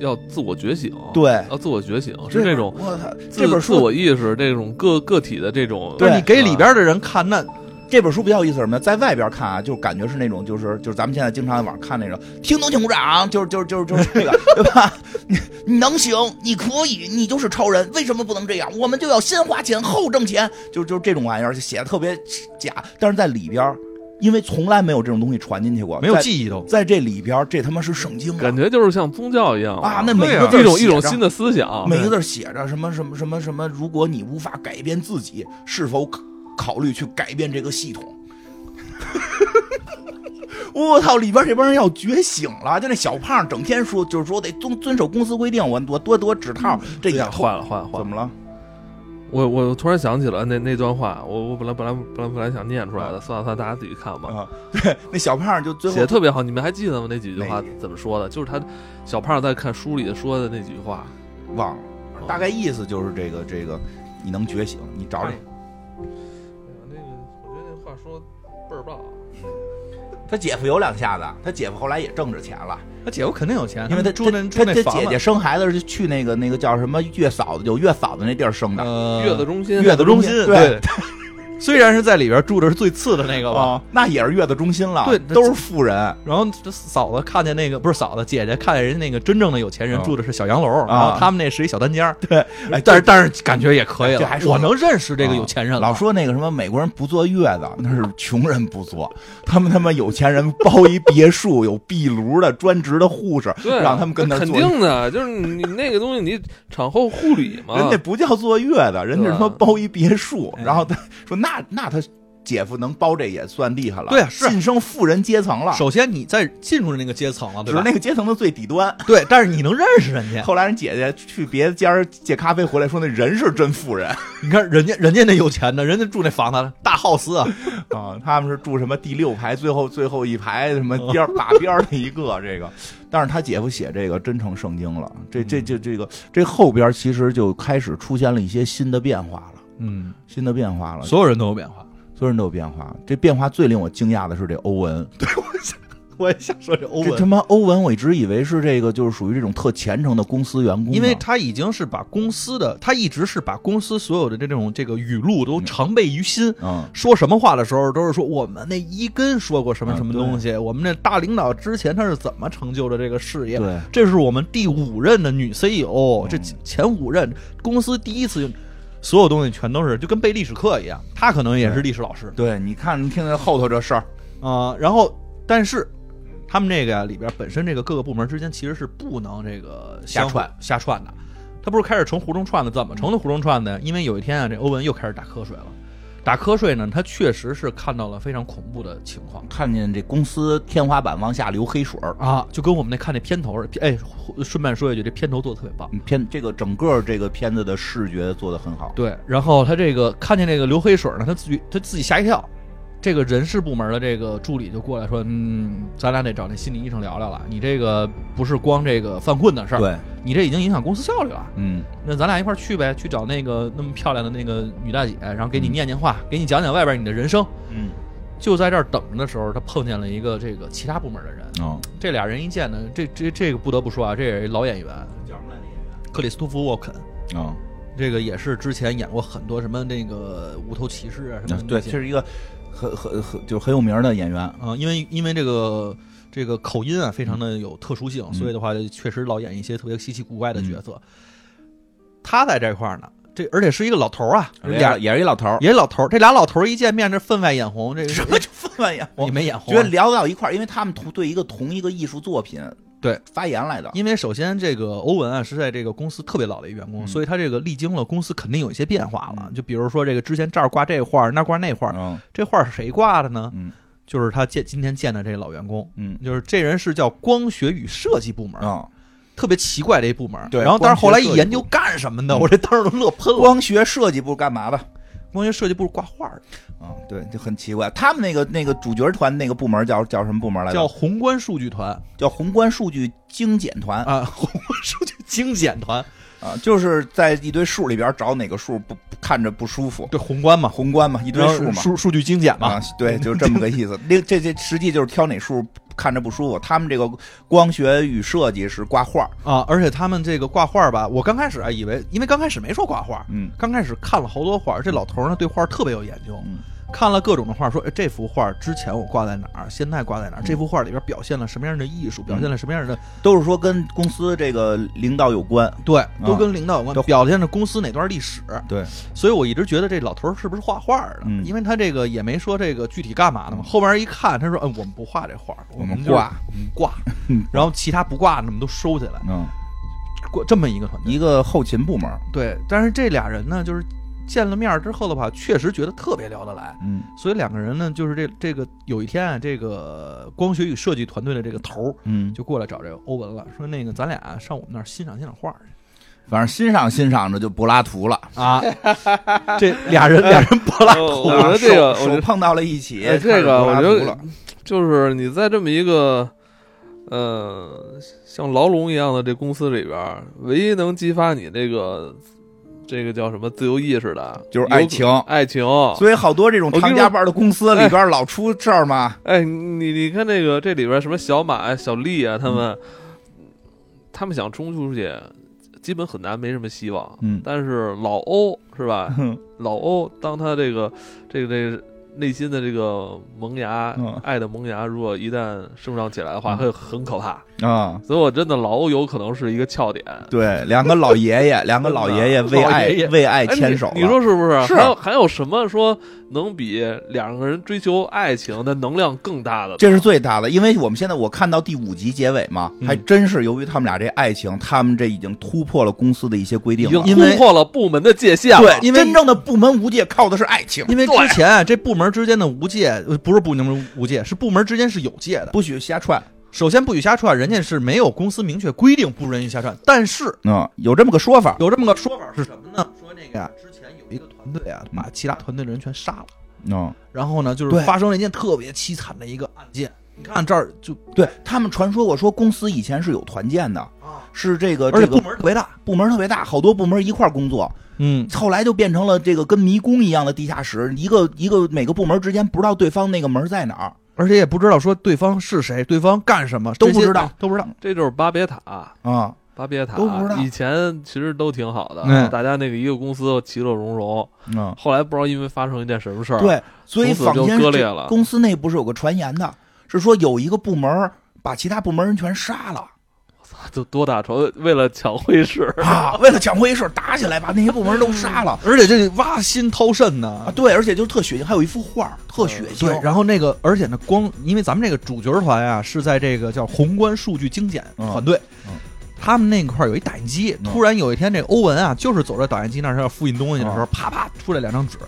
要自我觉醒，，
对
要自我觉醒，是这种
我操，
自
这本
自
书
我意识，这种个个体的这种，
就是
对
你给里边的人看，那
这本书比较有意思是什么呢？在外边看啊，就感觉是那种，就是就是咱们现在经常在网上看那种，听懂请鼓掌，就是就是就是就是这个， 对吧？你你能行，你可以，你就是超人，为什么不能这样？我们就要先花钱后挣钱，就就是这种玩意儿，写的特别假。但是在里边儿，因为从来没有这种东西传进去过，
没有
在
记忆都。
在这里边儿，这他妈是圣经啊
感觉就是像宗教一样
啊！那每个字
一
儿
种
写
一种
着
新的思
啊
想，
每个字儿写着什么什么什么什么，如果你无法改变自己，是否考考虑去改变这个系统？ 我操！里边这帮人要觉醒了，就那小胖整天说，就是说我得遵遵守公司规定，我我多多指
嗯
套。这
哎
以
啊
呀
后
换了换了换
怎么
了？
了？
我我突然想起了那那段话，我我本来本来本来本来想念出来的，算了算了，大家自己看吧。
嗯啊，对，那小胖就最
写的
后
特别好，你们还记得吗？那几句话
哪
怎么说的？就是他小胖在看书里说的那几句话，啊
忘了，
嗯
大概意思就是这个
哎
这个，你能觉醒，你找找
哎哎呀那个，我觉得那话说倍儿棒。
他姐夫有两下子，他姐夫后来也挣着钱了，
他姐夫肯定有钱，
因为他
住那住
他
那
他
房子
姐姐生孩子是去那个那个叫什么月嫂子，有月嫂子那地儿生的。
呃
月子中心，
嗯月子中心对，
虽然是在里边住的是最次的那个吧，
哦，那也是月子中心了，
对
都是富人，
然后这嫂子看见那个不是嫂子，姐姐看见人家那个真正的有钱人
嗯
住的是小洋楼，然
啊
后他们那是一小单间儿
哎
但是但是啊感觉也可以
这
了
还，说
我能认识这个有钱人了。
老说那个什么美国人不坐月子，那是穷人不坐，他们他妈有钱人包一别墅， 有壁炉的专职的护士，
对啊，
让他们跟那
那
儿
肯
坐。
定的，就是你那个东西，你产后护理嘛，
人家不叫坐月子，人家
对
他
吧
妈包一别墅，
哎
然后他说那那他姐夫能包这也算厉害了，
对啊是
晋升富人阶层了，
首先你在进入那个阶层了，
只
对
是
吧？哎
那个阶层的最底端。
对，但是你能认识人家，
后来人姐姐去别家儿借咖啡回来，说那人是真富人
你看人家人家那有钱的，人家住那房子大 house 啊，
啊，他们是住什么第六排最后最后一排什么边儿把边儿的一个这个，但是他姐夫写这个真成圣经了，这这这这个这后边其实就开始出现了一些新的变化了，
嗯，
新的变化了，
所有人都有变化。
所有人都有变化，这变化最令我惊讶的是这欧文，
我也想说这欧
这他，妈欧文，我一直以为是这个，就是属于这种特虔诚的公司员工呢，
因为他已经是把公司的，他一直是把公司所有的这种这个语录都常备于心，
嗯，
说什么话的时候都是说我们那一根说过什么
啊
什么
对
东西，我们那大领导之前他是怎么成就的这个事业？
对，
这是我们第五任的女 CEO，
嗯
这前五任公司第一次，所有东西全都是就跟背历史课一样，他可能也是历史老师
对，你看，你听听后头这事儿，
啊、然后，但是他们这个呀里边本身这个各个部门之间其实是不能这个相
瞎串嗯
瞎串的。他不是开始成胡同串的，怎么成的胡同串的？因为有一天啊，这欧文又开始打瞌睡了。打瞌睡呢，他确实是看到了非常恐怖的情况
看见这公司天花板往下流黑水儿，
啊，就跟我们那看那片头似的。哎，顺便说一句，这片头做的特别棒。
嗯片这个整个这个片子的视觉做得很好，
对，然后他这个看见这个流黑水呢，他自己他自己吓一跳。这个人事部门的这个助理就过来说：“嗯，咱俩得找那心理医生聊聊了。你这个不是光这个犯困的事儿，
对，
你这已经影响公司效率了。
嗯，
那咱俩一块儿去呗，去找那个那么漂亮的那个女大姐，然后给你念念话，给你讲讲外边你的人生。
嗯，
就在这儿等着的时候，他碰见了一个这个其他部门的人。
哦，
这俩人一见呢，这这这个不得不说啊，这也是老演员，叫什么来着？克里斯托弗·沃肯。
哦，
这个也是之前演过很多什么那个无头骑士啊什么的那
对，
些
这是一个很很很就是很有名的演员，
啊、因为因为这个这个口音啊非常的有特殊性，所以的话确实老演一些特别稀奇古怪的角色。他在这块儿呢，这而且是一个老头儿啊，俩
也是一老头儿，
也是老头儿，这俩老头儿一见面这分外眼红，这个
什么就分外眼
也
红，
没眼红
觉
啊、
得聊到一块儿，因为他们同对一个同一个艺术作品
对
发言来的，
因为首先这个欧文啊是在这个公司特别老的一员工，
嗯
所以他这个历经了公司肯定有一些变化了，就比如说这个之前这儿挂这画儿，那儿挂那画儿，
嗯
这画儿是谁挂的呢？
嗯
就是他见今天见的这老员工，
嗯
就是这人是叫光学与设计部门，
啊，
特别奇怪的一部门。
对
然后但是后来一
光学设计部
研究干什么呢？
嗯
我这当时都乐喷了。
光学设计部干嘛
嗯
的？
光学设计部挂画儿
啊、对，就很奇怪。他们那个那个主角团那个部门叫叫什么部门来着？
叫宏观数据团
叫宏观数据精简团啊
啊，宏观数据精简团，
就是在一堆数里边找哪个数不不看着不舒服，
对宏观嘛，
宏观嘛，一堆
然后
数嘛，
数数据精简嘛
啊，，对，就是这么个意思。那这这实际就是挑哪数看着不舒服。他们这个光学与设计是挂画，
啊，而且他们这个挂画儿吧，我刚开始啊以为，因为刚开始没说挂画儿，
嗯
刚开始看了好多画儿，这老头儿呢对画儿特别有研究，
嗯
看了各种的画儿，说哎这幅画儿之前我挂在哪儿，现在挂在
嗯
哪儿，这幅画儿里边表现了什么样的艺术，表现了什么样的
都是说跟公司这个领导有关。
对，都跟领导有关，
啊都
表现了公司哪段历史。
对，
所以我一直觉得这老头儿是不是画画儿的，
嗯
因为他这个也没说这个具体干嘛的嘛。后边一看，他说：“嗯，我们不画这画儿，
我们
们就是
挂，
我们挂。
嗯”
然后其他不挂的，我们都收起来，
嗯，
过这么一个团队。
一个后勤部门，
对，
嗯
但是这俩人呢，就是见了面儿之后的话，确实觉得特别聊得来。
嗯
所以两个人呢，就是这这个有一天啊，这个光学与设计团队的这个头儿
嗯，
就过来找这个欧文了，说那个咱俩上我们那儿欣赏欣赏画儿去。
反正欣赏欣赏着就柏拉图了。
啊，这俩 人俩人柏拉图
我觉
啊
得这个
手
我觉
手
得
碰到了一起，
哎这
开始
个
柏
我
拉
觉
图
得
了
就是你在这么一个呃像牢笼一样的这公司里边儿，唯一能激发你这个这个叫什么自由意识的，
就是爱情
有爱情。
所以好多这种
啊我跟
长
你
加
说
班的公司里边老出事儿嘛。
哎，你你看这个这里边什么小马、小丽啊，他们、
嗯
他们想冲出去，基本很难，没什么希望。
嗯
但是老欧是吧？
哼
老欧当他这个这个这个内心的这个萌芽，
嗯
爱的萌芽，如果一旦生长起来的话，
嗯
会很可怕。
啊，
所以我真的老欧有可能是一个翘点。
对，两个老爷爷，两个老爷爷 为
老
爱
爷爷
为爱
哎
牵手了
你，你说是不是？
是啊
还有还有什么说能比两个人追求爱情的能量更大的呢？
这是最大的，因为我们现在我看到第五集结尾嘛，还
嗯
真是由于他们俩这爱情，他们这已经突破了公司的一些规
已
定
经
了，
突破了部门的界限了。
对，
因为
真正的部门无界靠的是爱情，
因为
对
之前啊这部门之间的无界，呃不是部门无界，是部门之间是有界的。
不许瞎串。
首先不许瞎串，人家是没有公司明确规定不允许瞎串，但是
嗯，有这么个说法，
有这么个说法是什么呢？说那个呀之前有一个团队啊，把其他团队的人全杀了，
嗯，
然后呢，就是
对嗯
发生了一件特别凄惨的一个案件。你看这儿就
对他们传说，我说公司以前是有团建的，
啊，
是这个
而
这
且部
个
门特别大，
部门特别大，好多部门一块儿工作，
嗯，
后来就变成了这个跟迷宫一样的地下室，一个一个每个部门之间不知道对方那个门在哪儿，
而且也不知道说对方是谁，对方干什么
都
这些哎
不知道
都不知道。
这就是巴别塔，
啊、
巴别塔
都不知道
以前其实都挺好的，
嗯
大家那个一个公司其乐融融。
嗯，嗯。
后来不知道因为发生一件什么事儿，，
对，所
从
以
此
坊
就
间
割
这
裂了
公司内部是有个传言的，是说有一个部门把其他部门人全杀了
就多大仇，为了抢会室，
啊，为了抢会议室打起来，把那些部门都杀了
而且这挖心掏肾
啊。
呢，
对，而且就是特血腥，还有一幅画儿特血腥。
嗯对，然后那个，而且呢，光因为咱们这个主角团啊，是在这个叫宏观数据精简
嗯
团队，
嗯
他们那块儿有一打印机，
嗯
突然有一天，这欧文啊，就是走到打印机那儿他要复印东西的时候，
嗯
啪啪出来两张纸，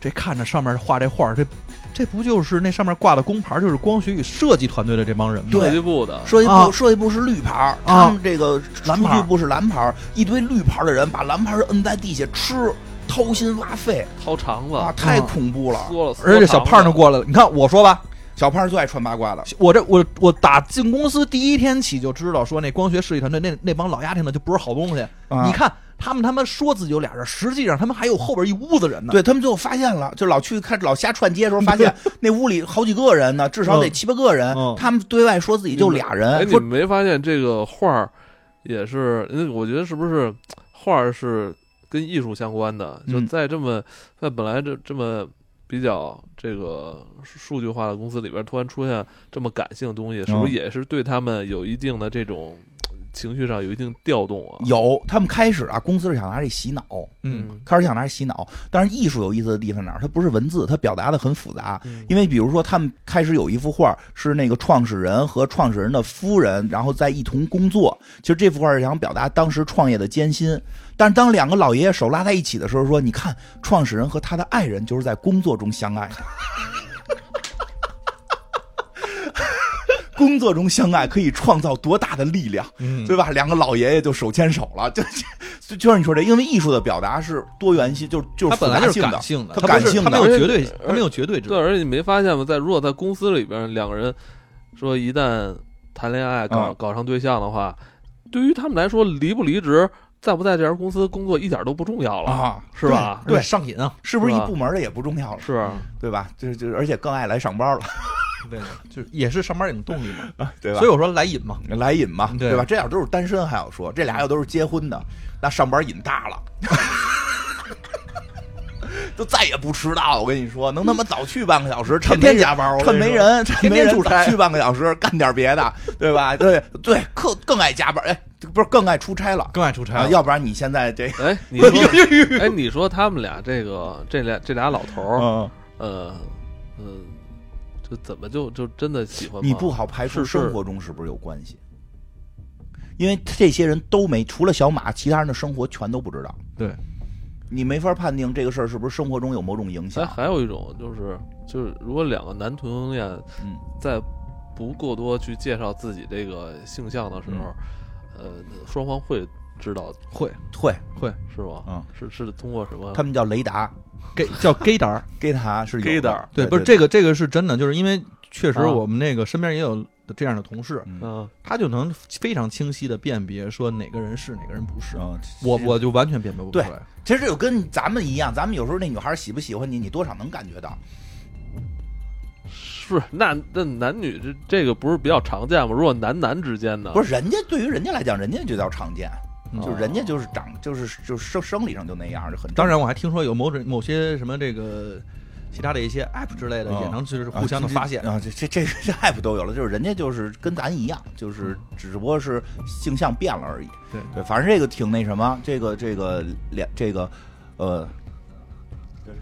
这看着上面画这画儿，这这不就是那上面挂的工牌儿，就是光学与设计团队的这帮人吗？
对
设计部的，
设计
啊
部设计部是绿牌儿，
啊
他们这个
蓝
数
牌儿
据部是蓝牌儿，一堆绿牌儿的人把蓝牌儿摁在地下吃，掏心挖肺
掏肠子，
啊，太
嗯
恐怖了。
缩了，缩
而且小胖儿
肠
就
子
过来了，你看我说吧，
小胖儿最爱穿八卦了，
我这我我打进公司第一天起就知道，说那光学设计团队那那帮老丫头呢就不是好东西。
啊
你看他们他妈说自己有俩人，实际上他们还有后边一屋子人呢。
对他们最后发现了，就老去看老瞎串街的时候，发现那屋里好几个人呢，至少得
嗯
七八个人。
嗯
他们对外说自己就俩
哎，
人，
你
说
们没发现这个画儿也是？嗯我觉得是不是画儿是跟艺术相关的？就
嗯
在这么在本来这这么比较这个数据化的公司里边，突然出现这么感性的东西，
嗯
是不是也是对他们有一定的这种情绪上有一定调动啊？
有他们开始啊，公司是想拿这洗脑，
嗯，
开始想拿这洗脑。但是艺术有意思的地方哪儿？它不是文字，它表达的很复杂。
嗯，
因为比如说，他们开始有一幅画是那个创始人和创始人的夫人，然后在一同工作。其实这幅画是想表达当时创业的艰辛。但是当两个老爷爷手拉在一起的时候，说：“你看，创始人和他的爱人就是在工作中相爱的。” 工作中相爱可以创造多大的力量，
嗯
对吧？两个老爷爷就手牵手了，就 就就是你说这，因为艺术的表达是多元性，就是就是
他本来
复
就
杂
是
性的
感性的，
他
他
感
不是
性
他没
的，
而
呃
且
有绝对，
而
他没有绝对值
对，。而且你没发现吗？在如果在公司里边，两个人说一旦谈恋爱搞、
嗯
搞上对象的话，对于他们来说，离不离职，在不在这家公司工作一点都不重要了，
啊
是吧？
而且
对
上瘾啊，
是不是一
是吧
部门的也不重要了，
是，
对吧？就是就是，而且更爱来上班了，
对，就是也是上班有动力嘛。
对吧
所以？我说来瘾嘛，
来瘾嘛，
对
对吧？这俩都是单身，还要说这俩要都是结婚的，那上班瘾大了， 就再也不迟到了。我跟你说，能他妈早去半个小时，趁
天天
没
加班我跟
趁
你
没
说
人，趁
天
没
天
人
出差
早去半个小时，干点别的，对吧？对对，更更爱加班，哎，不是更爱出差了。
更爱出差
啊，
了。
要不然你现在这，
哎，你说，哎，你说他们俩这个这俩这俩老头儿，
嗯，
呃，嗯，这怎么就就真的喜欢吗？
你不好排除
是是
生活中是不是有关系？因为这些人都没，除了小马，其他人的生活全都不知道。
对，
你没法判定这个事儿是不是生活中有某种影
哎，
响。
还有一种就是就是，如果两个男同性恋
嗯
在不过多去介绍自己这个性向的时候，呃，双方会知道
会
会，
是吗？
嗯，
是是通过什么？
他们叫雷达，
给叫 gay 胆儿，
给他是有
gay
的
胆儿
对，不是这个这个是真的，就是因为确实
啊
我们那个身边也有的这样的同事，
嗯
嗯
他就能非常清晰的辨别说哪个人是哪个人不是。
啊，
我
其实
我就完全辨别不出来。
嗯其实就跟咱们一样，咱们有时候那女孩喜不喜欢你，你多少能感觉到。
是那那男女这这个不是比较常见吗？如果男男之间呢，
不
是
是人家对于人家来讲，人家就叫常见，
嗯
就是人家就是长，就是就是生生理上就那样，就很正
当然，我还听说有某种某些什么这个其他的一些 app 之类的，
嗯
也能就是
啊
互相的
这
发现。
啊，这这这这 app 都有了，就是人家就是跟咱一样，就是只不过是性向变了而已。
嗯对
对，反正这个挺那什么，这个这个两这个呃。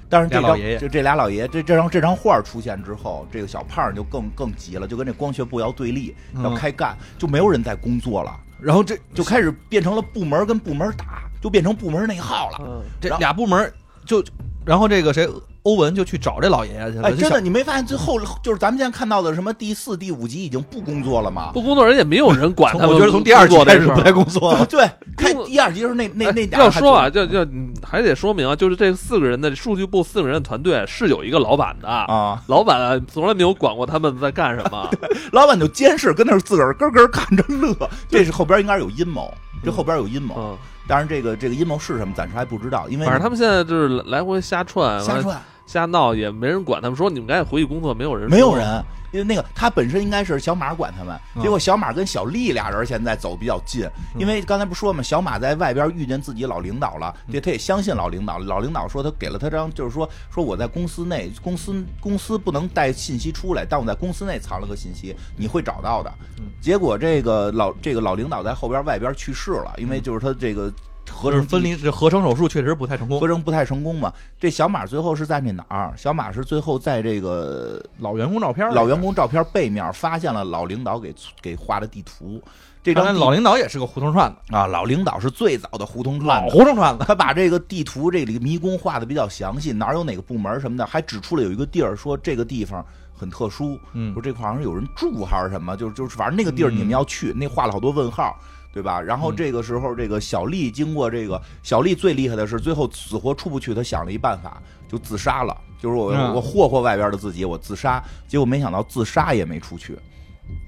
但是这
俩老
张
爷爷
就这俩老爷，这这张这张画出现之后，这个小胖就更更急了，就跟这光学步摇对立，
嗯
要开干，就没有人在工作了，
然后这
就开始变成了部门跟部门打，就变成部门内耗了。
嗯
这
然后
俩部门就，然后这个谁欧文就去找这老爷爷去了。
哎，
就
真
想
的，你没发现最后就是咱们现在看到的什么第四、第五集已经不工作了吗？
不工作人也没有人管
从
他们
我
工
觉
作
得
这事儿。
从第二集开始不太工 作
对
了。
哦对，开
工
第二集的时候那那那俩
要
还
说啊，
做
就就嗯还得说明啊，就是这四个人的数据部四个人的团队是有一个老板的，
啊，
老板啊从来没有管过他们在干什 么。
老板就监视，跟那儿自个儿咯咯看着乐，这是后边应该是有阴谋，这后边有阴谋，
嗯，
当然这个这个阴谋是什么暂时还不知道，因为
反正他们现在就是来来回瞎串，
瞎
完了
说，啊
瞎闹，也没人管他们。说你们赶紧回去工作，没有人，
没有。人，因为那个他本身应该是小马管他们，
嗯
结果小马跟小丽俩人现在走比较近，因为刚才不说嘛，小马在外边遇见自己老领导了，
嗯
对，他也相信老领导，老领导说他给了他张，就是说说我在公司内，公司公司不能带信息出来，但我在公司内藏了个信息，你会找到的
嗯。
结果这个老这个老领导在后边外边去世了，因为就是他这个合
嗯就是
成
分离这合成手术确实不太成功
合。成不太成功嘛。这小马最后是在那哪儿？小马是最后在这个
老员工照片儿，
老员工照片背面发现了老领导给给画的地图，这
看
张
来
地
老领导也是个胡同串子，
啊，老领导是最早的胡同
老
串子，
胡同串子。
他把这个地图这里迷宫画的比较详细，哪儿有哪个部门什么的，还指出了有一个地儿，说这个地方很特殊，
嗯
说，这块好像有人住还是什么，就是就是反正那个地儿
嗯
你们要去，那画了好多问号。对吧？然后
嗯
这个时候，这个小丽经过这个，小丽最厉害的是最后死活出不去，她想了一办法，就自杀了。就是我、
嗯
我霍霍外边的自己，我自杀。结果没想到自杀也没出去，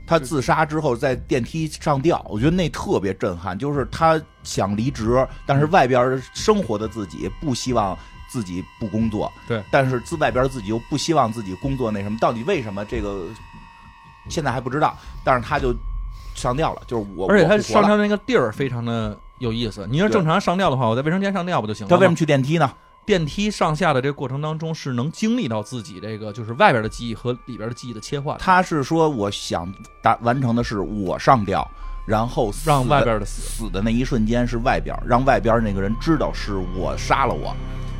她自杀之后在电梯上吊，我觉得那特别震撼。就是她想离职，但
嗯
是外边生活的自己不希望自己不工作，
对，
但是自外边自己又不希望自己工作那什么，到底为什么这个现在还不知道，但是他就上吊了，就是我，
而且
我
他
不活
上
了
吊那个地儿非常的有意思。你要正常上吊的话，我在卫生间上吊不就行了
他
吗？
为什么去电梯呢？
电梯上下的这个过程当中是能经历到自己这个就是外边的记忆和里边的记忆的切换，
他是说我想达完成的是我上吊，然后死的
让外边的死。
死的那一瞬间是外边，让外边那个人知道是我杀了我，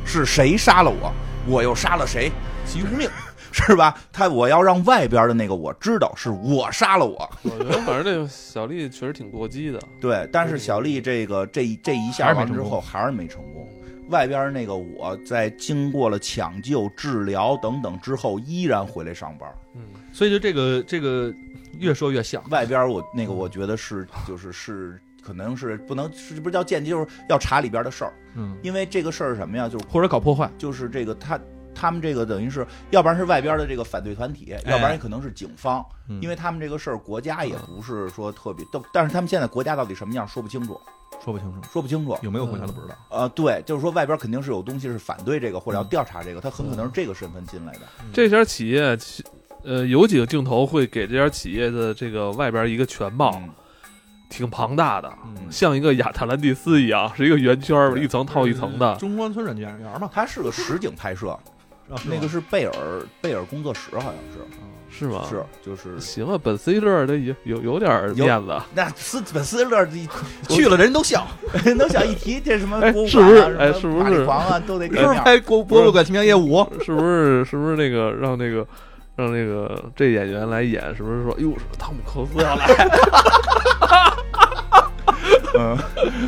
是谁杀了我，我又杀了谁，其无命。是吧？他我要让外边的那个我知道是我杀了我，
我觉得反正这个小丽确实挺过激的，
对，但是小丽这个这一这一
还
下
是没
完之
成功
后还是没成功。外边那个我在经过了抢救、治疗等等之后，依然回来上班。
嗯，
所以就这个这个越说越像，
外边我那个我觉得是就是是可能是不能是不是叫间接，就是要查里边的事儿，
嗯，
因为这个事儿是什么呀？就是
或者搞破坏，
就是这个他他们这个等于是，要不然是外边的这个反对团体，要不然也可能是警方，
哎嗯
因为他们这个事儿国家也不是说特别，但但是他们现在国家到底什么样说不清楚，
说不清楚
说不清楚。
有没有回家都不知道。
呃，对，就是说外边肯定是有东西是反对这个或者要
嗯
调查这个，他很可能是这个身份进来的。
这家企业其呃有几个镜头会给这家企业的这个外边一个全貌，
嗯
挺庞大的，
嗯，
像一个亚特兰蒂斯一样，是一个圆圈儿，
对
一层套一层的。
中关村软件园嘛，
它是个实景拍摄，
啊
那个是贝尔贝尔工作室，好像
是吗？
是是就是
行啊，本 C 这这有有有点儿
有
面子，
那斯本斯勒
去了人都 笑，
能想一提 这什么
哎
博物
是不是
馆啊
哎
什么
是不
马里
是哎
黄 啊都得给
哎是 哦
面儿。
拍国博物馆奇妙夜舞，
是不是？是不是那个让那个让那个这演员来演？是不是说，哎呦，汤姆克鲁斯要来？
嗯，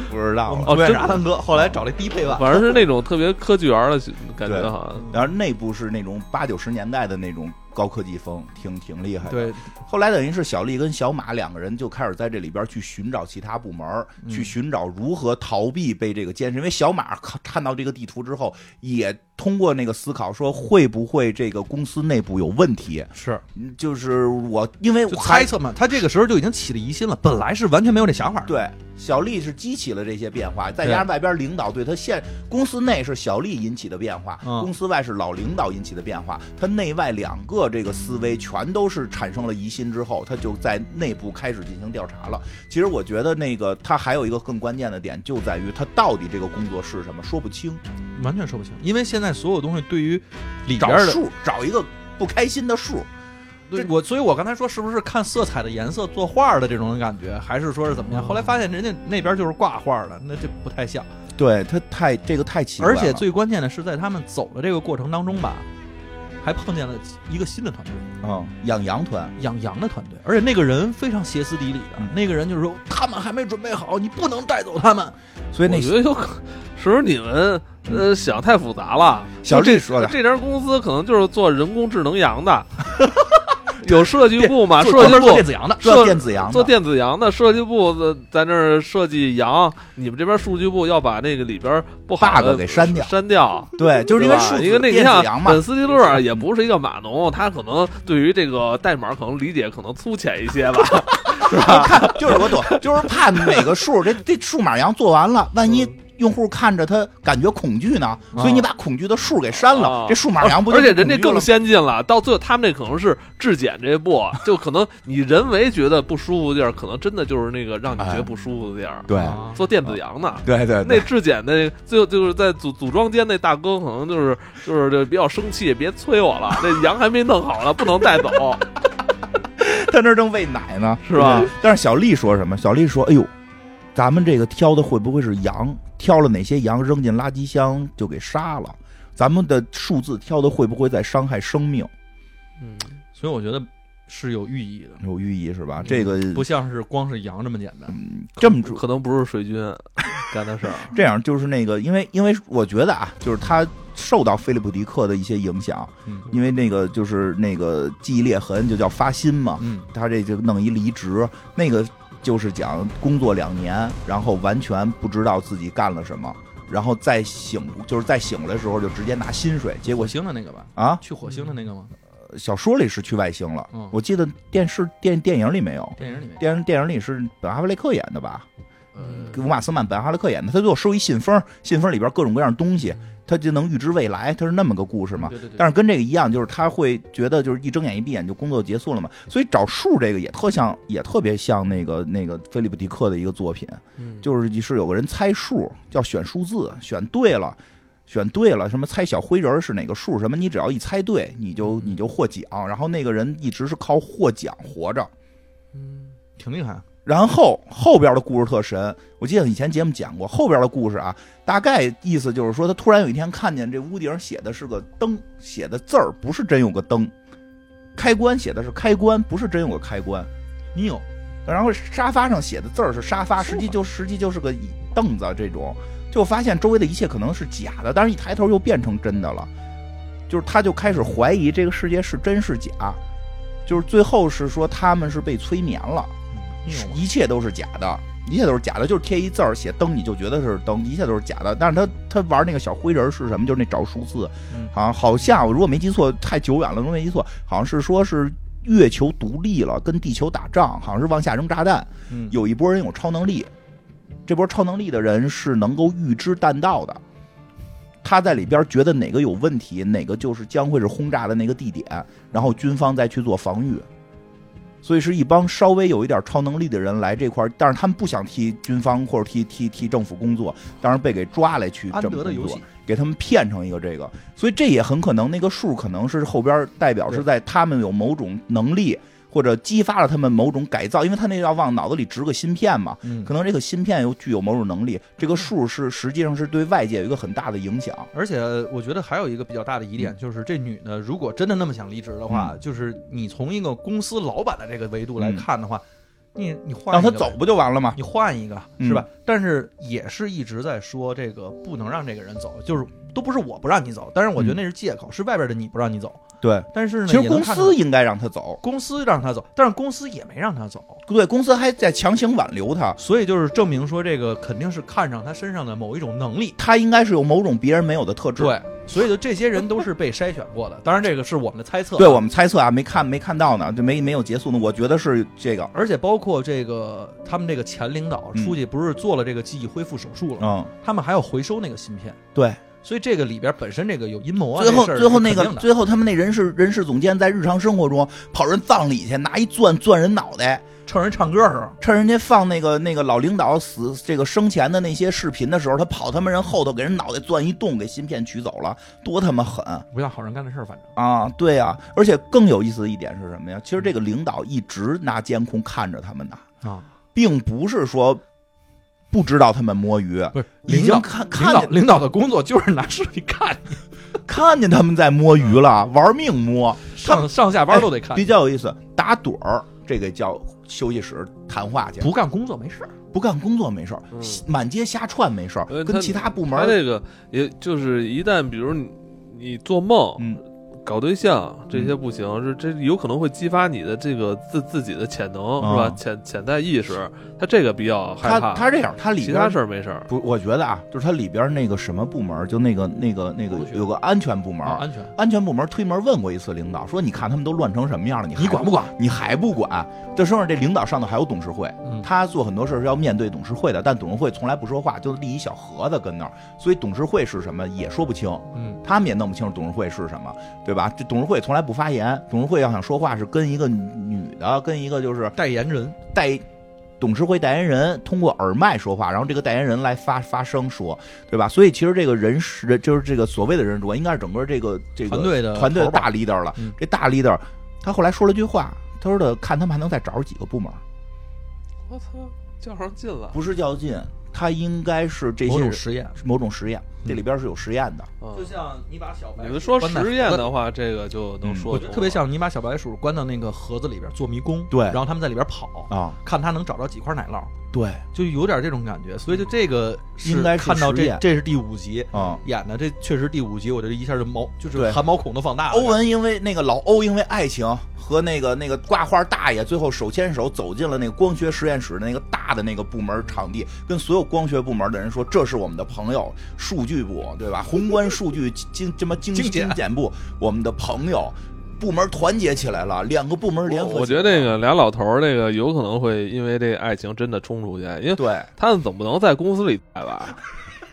不知道了。
哦
啊不认识
真
阿汤哥，后来找了低配 版，
反正是那种特别科技园的感觉，好像
然后内部是那种八九十年代的那种高科技风，挺挺厉害的。
对，
后来等于是小丽跟小马两个人就开始在这里边去寻找其他部门儿，
嗯
去寻找如何逃避被这个监视。因为小马看看到这个地图之后，也通过那个思考说，会不会这个公司内部有问题？
是
嗯就是我，因为我
就
还
猜测嘛，他这个时候就已经起了疑心了，本来是完全没有这想法的，
对，小丽是激起了这些变化，再加上外边领导对他现公司内是小丽引起的变化，
嗯
公司外是老领导引起的变化，他内外两个这个思维全都是产生了疑心之后，他就在内部开始进行调查了。其实我觉得那个他还有一个更关键的点，就在于他到底这个工作是什么，说不清。
完全说不清，因为现在所有东西对于里边
找
的
数，找一个不开心的数，
对我，所以我刚才说是不是看色彩的颜色做画的这种感觉，还是说是怎么样？后来发现人家那边就是挂画的，那这不太像。
对他太这个太奇怪
而
了，
且最关键的是，在他们走的这个过程当中吧，还碰见了一个新的团队，
嗯养羊团，
养羊的团队，而且那个人非常歇斯底里的
嗯，
那个人就是说他们还没准备好，你不能带走他们。
所以那
我觉得有可，是不是你们呃想太复杂了？
小
就
丽
这
说的
这家公司可能就是做人工智能羊的，有设计部
啊
嘛，
做
设
专
计
门做
部
电子羊的，
这电子羊
做
的
电子羊的，设计部在在那儿设计羊，你们这边数据部要把那个里边不好
bug
的
给删掉。
删掉。
对，就是
对
因为
吧
数字
因为那你
电子羊
像
嘛，
本斯蒂勒啊也不是一个码农，他可能对于这个代码可能理解可能粗浅一些吧。
就是我懂，就是怕每个数这这数码羊做完了，万
嗯
一用户看着他感觉恐惧呢，所以你把恐惧的数给删了
啊，
这数码羊 不
嗯
就
而且人家
恐惧了
更
吗
先进了，到最后他们那可能是质检这一步，就可能你人为觉得不舒服的地儿，可能真的就是那个让你觉得不舒服的地儿。
哎对嗯
啊
做电子羊呢，
对对
那质检那最后就是在组组装间那大哥可能就是就是就比较生气，别催我了，那羊还没弄好呢，不能带走，
他那儿正喂奶呢，
是吧？
但是小丽说什么？小丽说：“哎呦，咱们这个挑的会不会是羊？挑了哪些羊扔进垃圾箱就给杀了？咱们的数字挑的会不会在伤害生命？
嗯，
所以我觉得是有寓意的，
有寓意是吧？这个
嗯
不像是光是羊这么简单。
这么
可能不是水军干的事儿，
这样就是那个，因为因为我觉得啊，就是他受到菲利普迪克的一些影响，
嗯
因为那个就是那个记忆裂痕就叫发心嘛，
嗯，
他这就弄一离职，那个就是讲工作两年，然后完全不知道自己干了什么，然后再醒就是再醒来的时候就直接拿薪水，结
火
果
星的那个吧，
啊，
去火星的那个吗？
小说里是去外星了，
嗯
我记得电视电电影里没有，
电影里面，
电电影里是本哈弗雷克演的吧？
嗯
呃，
给伍马斯曼、本哈雷克演的，他最后收一信封，信封里边各种各样东西，他就能预知未来，他是那么个故事嘛。
对对对，
但是跟这个一样，就是他会觉得就是一睁眼一闭眼就工作结束了嘛，所以找数这个也特像，也特别像那个那个菲利普迪克的一个作品，
嗯
就是是有个人猜数，叫选数字，选对了。选对了，什么猜小灰人儿是哪个数？什么你只要一猜对，你就你就获奖。然后那个人一直是靠获奖活着，
嗯
挺厉害。啊
然后后边的故事特神，我记得以前节目讲过后边的故事啊，大概意思就是说，他突然有一天看见这屋顶上写的是个灯，写的字儿不是真有个灯，开关写的是开关，不是真有个开关。
你有
然后沙发上写的字儿是沙发，实际就实际就是个椅凳子这种，就发现周围的一切可能是假的，但是一抬头又变成真的了，就是他就开始怀疑这个世界是真是假，就是最后是说他们是被催眠了。
你有吗？
一切都是假的，一切都是假的，就是贴一字儿写灯，你就觉得是灯，一切都是假的。但是他他玩那个小灰人儿是什么？就是那找数字，
嗯
好像好像我如果没记错，太久远了，如果没记错，好像是说是月球独立了，跟地球打仗，好像是往下扔炸弹，
嗯，
有一波人有超能力，这波超能力的人是能够预知弹道的。他在里边觉得哪个有问题，哪个就是将会是轰炸的那个地点，然后军方再去做防御。所以是一帮稍微有一点超能力的人来这块儿，但是他们不想替军方或者替替替政府工作，当然被给抓来去
安
这么
德的
工
游
作
戏，，
给他们骗成一个这个，所以这也很可能那个数可能是后边代表是在他们有某种能力或者激发了他们某种改造，因为他那要往脑子里植个芯片嘛，
嗯
可能这个芯片又具有某种能力，这个数是实际上是对外界有一个很大的影响。
而且我觉得还有一个比较大的
嗯
疑点，就是这女的如果真的那么想离职的话，就是你从一个公司老板的这个维度来看的话，你你
嗯
换
让他
一个呗
走不就完了吗？
你换一个
嗯
是吧？但是也是一直在说这个不能让这个人走，就是都不是我不让你走，但是我觉得那是借口，是外边的你不让你走。
对，
但是呢，
嗯其实
也能
公
看出
司
来
应该让他走，
公司让他走，但是公司也没让他走，
对，公司还在强行挽留他，
所以就是证明说这个肯定是看上他身上的某一种能力。
他应该是有某种别人没有的特质。，
对，所以就这些人都是被筛选过的。当然，这个是我们的猜测啊。
对我们猜测啊，没看没看到呢，就没没有结束呢。我觉得是这个，
而且包括这个他们这个前领导
嗯
出去不是做了这个记忆恢复手术了吗，
嗯，
他们还要回收那个芯片，
对。
所以这个里边本身这个有阴谋啊。
最后
这事儿
最后
是
那个
肯定的
最后他们那人事人事总监在日常生活中跑人葬礼去，拿一钻钻人脑袋，
趁人唱歌的时候，
趁人家放那个那个老领导死这个生前的那些视频的时候，他跑他们人后头给人脑袋钻一洞，给芯片取走了，多他妈狠！
不像好人干的事儿，反正
啊，对啊，而且更有意思的一点是什么呀？其实这个领导一直拿监控看着他们的，
啊，
并不是说不知道他们摸鱼，
不是
已
领
经
导。
看
领
看
导
见
领导的工作就是拿视频看，
看见他们在摸鱼
啊
了，玩命摸。
上上下班都得看，
哎比较有意思，打盹儿这个叫休息室谈话去，
不干工作没事儿。
不干工作没事儿，
嗯
满街瞎串没事儿，
呃
跟
他
其他部门
他
儿
这个也就是一旦比如你你做梦，
嗯，
搞对象这些不行，是这有可能会激发你的这个自自己的潜能是吧
啊？
潜潜在意识，他这个比较害
他
怕。
他这样，他里
其
边
他
儿
事儿没事儿，
不，我觉得啊，就是它里边那个什么部门，就那个那个那个
科学
有个安全部门，
啊，安全，
安全部门推门问过一次领导，说你看他们都乱成什么样了，你还
你管不管？
你还不管？这时候这领导上头还有董事会，
嗯
他做很多事儿是要面对董事会的，但董事会从来不说话，就立一小盒子跟那儿，所以董事会是什么也说不清。
嗯，
他们也弄不清楚董事会是什么，对吧？这董事会从来不发言，董事会要想说话是跟一个女的，跟一个就是
代言人
代董事会代言人通过耳麦说话，然后这个代言人来发发声说，对吧？所以其实这个人是人就是这个所谓的人主，应该是整个这个这个
团队的
团队的
呃头吧
大 leader 了。
嗯
这大 leader 他后来说了句话，他说的看他们还能再找着几个部门，
我操，叫上劲了
不是较劲，他应该是这
某
些
种
人
实验，
是某种实验，
嗯
这里边是有实验的。
啊！
像你把小
你们说
关在
实验
盒子
的话，这个就能
嗯
说
我
通
觉
了，
得特别像你把小白鼠关到那个盒子里边做迷宫，
对
然后他们在里边跑，
啊，
看他能找着几块奶酪，
对，
就有点这种感觉。所以就这个是
应该是
看到
实
这
验
这是第五集
啊、
演的，这确实第五集，我觉得一下就毛就是
对
汗毛孔都放大
欧
了。
文因为那个老欧因为爱情和那个那个挂画大爷最后手牵手走进了那个光学实验室的那个大的那个部门场地，跟所有光学部门的人说这是我们的朋友，数据部对 吧？宏观数据精什么精
精简
精简部，我们的朋友，部门团结起来了，两个部门联合起来
我觉得那个俩老头儿，那个有可能会因为这爱情真的冲出去，因为
对，
他们总不能在公司里待吧，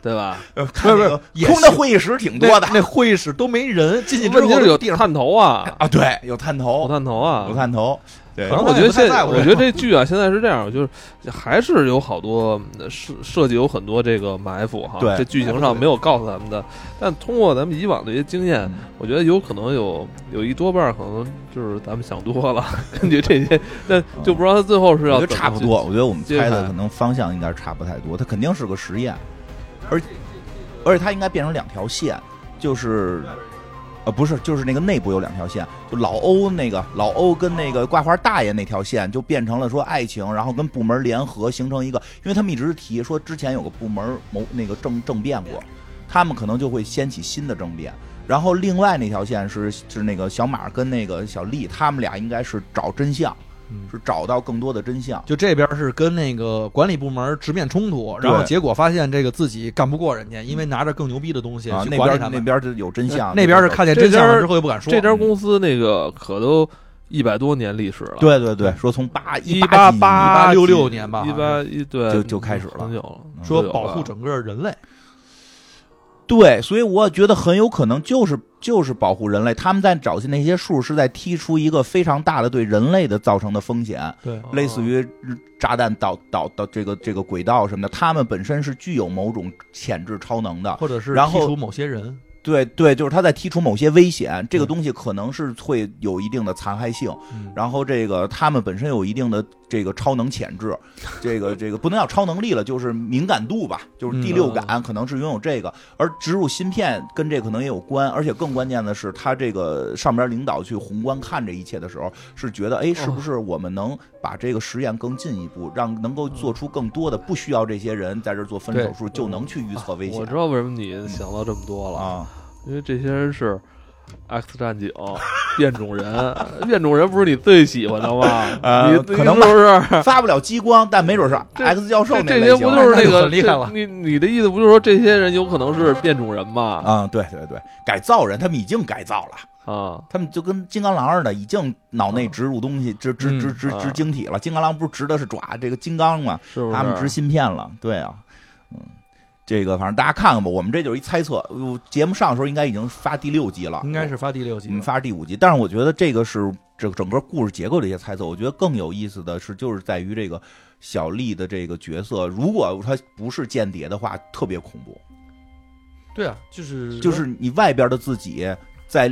对吧？
呃看那个
也
空的会议室挺 多的
那那会议室都没人，进去之
问
后
题是有
地上
探头啊，
啊，对，有探
有
头，
探头啊，
有探头，对
反正
我
我
也
觉得
不太
现
在，乎
我
这
觉得这剧啊，现在是这样，就是还是有好多呃设设计有很多这个埋伏哈，
对
这剧情上没有告诉咱们的，但通过咱们以往的一些经验，
嗯
我觉得有可能有有一多半儿可能就是咱们想多了， 根据这些，那就不知道他最后是
我
要
觉得
怎么
差不
去
多，我觉得我们
接着
猜的
看
可能方向应该是差不太多，它肯定是个实验，而而且它应该变成两条线，就是。呃，不是，就是那个内部有两条线，就老欧那个老欧跟那个挂花大爷那条线，就变成了说爱情，然后跟部门联合形成一个，因为他们一直提说之前有个部门谋那个政政变过，他们可能就会掀起新的政变。然后另外那条线是是那个小马跟那个小丽，他们俩应该是找真相，
嗯
是找到更多的真相。
就这边是跟那个管理部门直面冲突，然后
对
结果发现这个自己干不过人家，因为拿着更牛逼的东西
啊，
去
那
管理
边
他
那
们。
边就有真相，
那边是看见真相了之后又不敢说，
这家公司那个可都一百多年历史了，，
对对对，说从八
一
八几
八
1866年吧
一八一对
就就开始了
很久了，
说
就有
保护
啊
了
整个人类。
对，所以我觉得很有可能就是就是保护人类，他们在找那些数是在踢出一个非常大的对人类的造成的风险，
对，
啊
类似于炸弹导导到这个这个轨道什么的，他们本身是具有某种潜质超能的，
或者是
然后
剔除某些人，
对对，就是他在剔除某些危险，这个
嗯
东西可能是会有一定的残害性，
嗯
然后这个他们本身有一定的
这个超能 潜质，这个这个不能叫超能力了，就是敏感度吧，就是第六
嗯
感可能是拥有这个，而植入芯片跟这可能也有关，而且更关键的是，他这个上边领导去宏观看这一切的时候，是觉得哎，
哦
是不是我们能把这个实验更进一步，让能够做出更多的不需要这些人在这儿做分手术就能去预测危险
哦我知道为什么你想到这么多了，
啊？
因为这些人是 X 战警、变种人，变种人不是你最喜欢的吗？
呃
你
可能
你
吧
是不是？
发不了激光，但没准是
这
X 教授
这
那
这
类
些
型
不就是
那
那
就
个
很厉害了
这你你的意思不就是说这些人有可能是变种人吗？
啊、对对对，改造人，他们已经改造了。
啊，
他们就跟金刚狼似的，已经脑内植入东西，植植植植
嗯
植晶体了。金刚狼不是植的是爪，这个金刚嘛，
是不是？
他们植芯片了。对啊，嗯，这个反正大家看看吧。我们这就是一猜测。呃节目上的时候应该已经发第六集了，
应该是发第六集
我们嗯
了。
发第五集。但是我觉得这个是整整个故事结构的一些猜测。我觉得更有意思的是，就是在于这个小丽的这个角色，如果她不是间谍的话，特别恐怖。
对啊，就是
就是你外边的自己在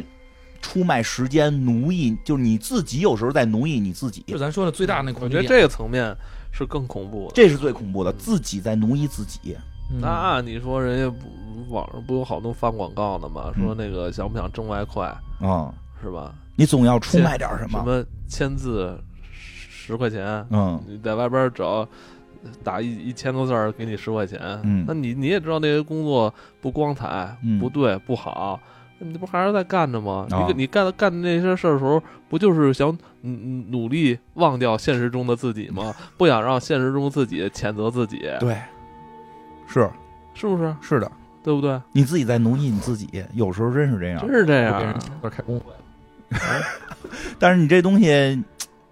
出卖时间、奴役，就是你自己有时候在奴役你自己，
就咱说的最大那
我
恐
觉得
惧点。
这个层面是更恐怖的。
这是最恐怖的，自己在奴役自己。
嗯
那、你说人家不网上不有好多发广告的吗？
嗯
说那个想不想挣外快
啊！
是吧？
你总要出卖点什
什
么。
么签字十块钱，
嗯，
你在外边只要打一一千个字儿，给你十块钱。
嗯
那你你也知道那些工作不光彩、
嗯
不对、不好，你不还是在干着吗？
啊
你你干干那些事儿的时候，不就是想努努力忘掉现实中的自己吗？ 不想让现实中自己谴责自己，
对，是
是不是？
是的，
对不对？
你自己在奴役你自己，有时候真是这样
真。是这
给
样啊
人。开工会，
但是你这东西，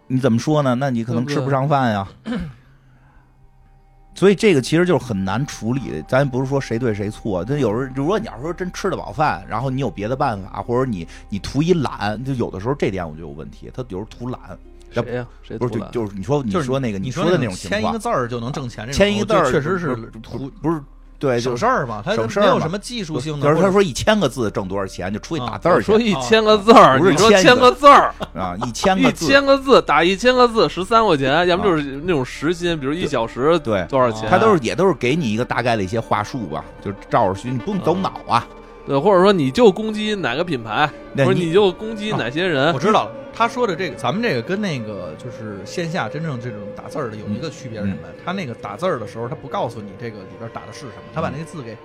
你怎么说呢？那你可能
对
吃
不对
不上饭 呀。所以这个其实就是很难处理，咱不是说谁对谁错，但有时候如果你要说真吃得饱饭，然后你有别的办法，或者你你图一懒，就有的时候这点我就有问题，他有时候图懒，要
谁呀？谁
不是
偷
就
懒
就是你说你
就是
说那个
你
说
那
的那
种
种情
签一个
况，
字儿就能挣钱，这种
签一个字
我
儿
就确实是
不是
图
不是对，就
省
是
事儿嘛，他
省事儿
没有
嘛
什么技术性的，
就是
或
他
者啊
说一千个字挣多少钱，就出去打字
我
儿去
说一千个字儿，
不是
你说
签一
签个字儿，
啊，一千
一
个字，
千个字打一千个字十三块钱，要么就是那种时薪，比如一小时
对
多少钱，
他都是也都是给你一个大概的一些话术吧，就是照着学，你不用走脑啊。
对，呃或者说你就攻击哪个品牌，
那
或者
你啊
你就攻击哪些人
我，知道了，他说的这个，咱们这个跟那个就是线下真正这种打字儿的有一个区别是什么
嗯
呀？他那个打字儿的时候，他不告诉你这个里边打的是什么，他把那个字给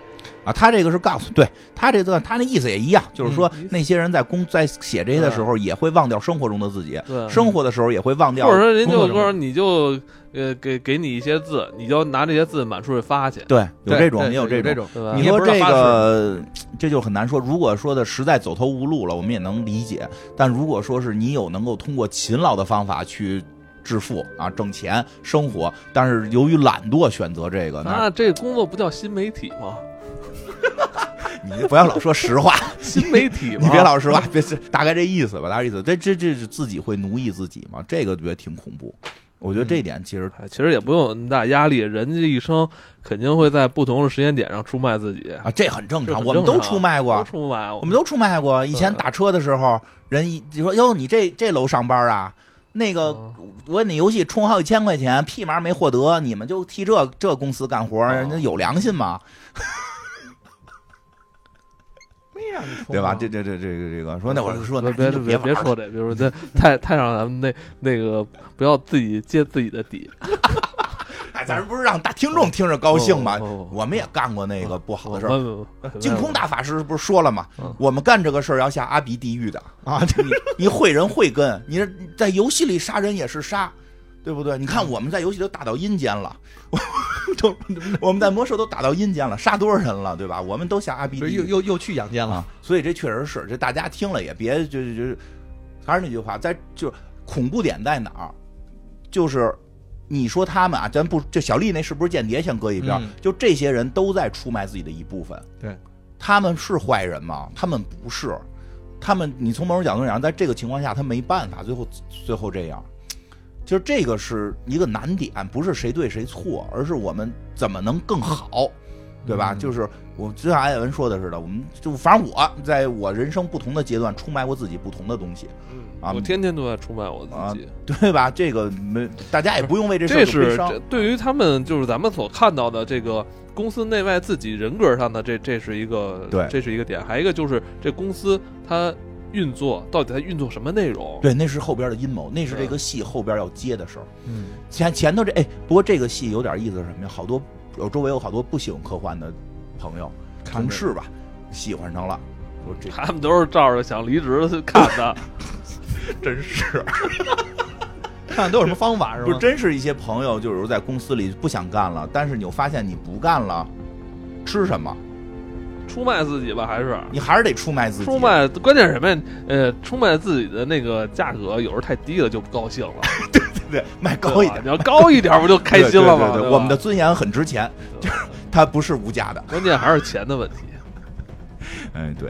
啊，他这个是告诉，对他这段他那意思也一样，就是说
嗯
那些人在工在写这些的时候，也会忘掉生活中的自己，
对，
生活的时候也会忘
嗯
掉
或者。说人
工
就
作中
说你就呃给给你一些字，你就拿这些字满处去发去，
对，有
对
这种，
对
也有
对
种。
种嗯
对吧
你？
也
说
不知道
这
发
个，这就很难说。如果说的实在走投无路了，我们也能理解。但如果说是你有能够通过勤劳的方法去致富啊，挣钱生活，但是由于懒惰选择这个，那
那这工作不叫新媒体吗？
你就不要老说实话，
新媒体吗？
你别老实话，
啊
别是大概这意思吧，大概意思。这这这是自己会奴役自己嘛？这个觉得挺恐怖。我觉得这点其实
哎，其实也不用有那么大压力，人这一生肯定会在不同的时间点上出卖自己，
啊，这很正
这
常，
很
我们
正
都
常
出卖
都
过，
出卖我
我们都出卖过。以前打车的时候，人一就说：“哟，你这这楼上班啊？”那个
嗯
我你游戏充好几千块钱，屁毛没获得，你们就替这这公司干活，
嗯
人家有良心吗？
没让你
对吧？这这这这个这个，说那我就说，
嗯别
那
别
就
别别
别玩了
说这，别说这，太太让咱们那那个不要自己揭自己的底，
哎，咱不是让大听
嗯
众听着高兴吗？
不不不不
我们也干过那个不好的事儿。
我们
净空大法师不是说了吗
嗯？
我们干这个事儿要下阿鼻地狱的
嗯
啊！你你会人会根，你是在游戏里杀人也是杀，对不对？你
嗯
看我们在游戏里都打到阴间了，我都 我们在魔兽都打到阴间了，杀多少人了，对吧？我们都下阿鼻
不
地
是又
狱
又又去养奸了
啊，！所以这确实是，这大家听了也别就就就，还是那句话，在就恐怖点在哪儿？就是你说他们啊，咱不这小丽那是不是间谍先搁一边儿，
嗯
就这些人都在出卖自己的一部分。
对，
他们是坏人吗？他们不是，他们你从某种角度讲，在这个情况下他没办法，最后最后这样。就是这个是一个难点，不是谁对谁错，而是我们怎么能更好，对吧？
嗯
就是我就像艾文说的似的，我们就反正我在我人生不同的阶段出卖过自己不同的东西，啊
我天天都在出卖我自己，
对吧？这个没大家也不用为这
这
事儿就悲
是
伤
这对于他们就是咱们所看到的这个公司内外自己人格上的这这是一个
对
这是一个点，还有一个就是这公司它运作到底它运作什么内容？
对，那是后边的阴谋，那是
嗯
这个戏后边要接的事儿。
嗯，
前前头这哎，不过这个戏有点意思是什么呀？好多我周围有好多不喜欢科幻的朋友
看着
同事吧，喜欢上了，说这
他们都是照着想离职的看 的，
真是，
看都有什么方法是
不是
吗？
真是一些朋友，就有时候在公司里不想干了，但是你又发现你不干了，吃什么？
出卖自己吧，还是
你还是得出卖自己。
出卖？关键是什么呀？呃，出卖自己的那个价格有时候太低了就不高兴了，
对，卖 高
对
一
吧
点，
你要高一点不就开心了吗？
对对对对
对吧
我们的尊严很值钱，就是它不是无价的。
关键还是钱的问题。
哎，对，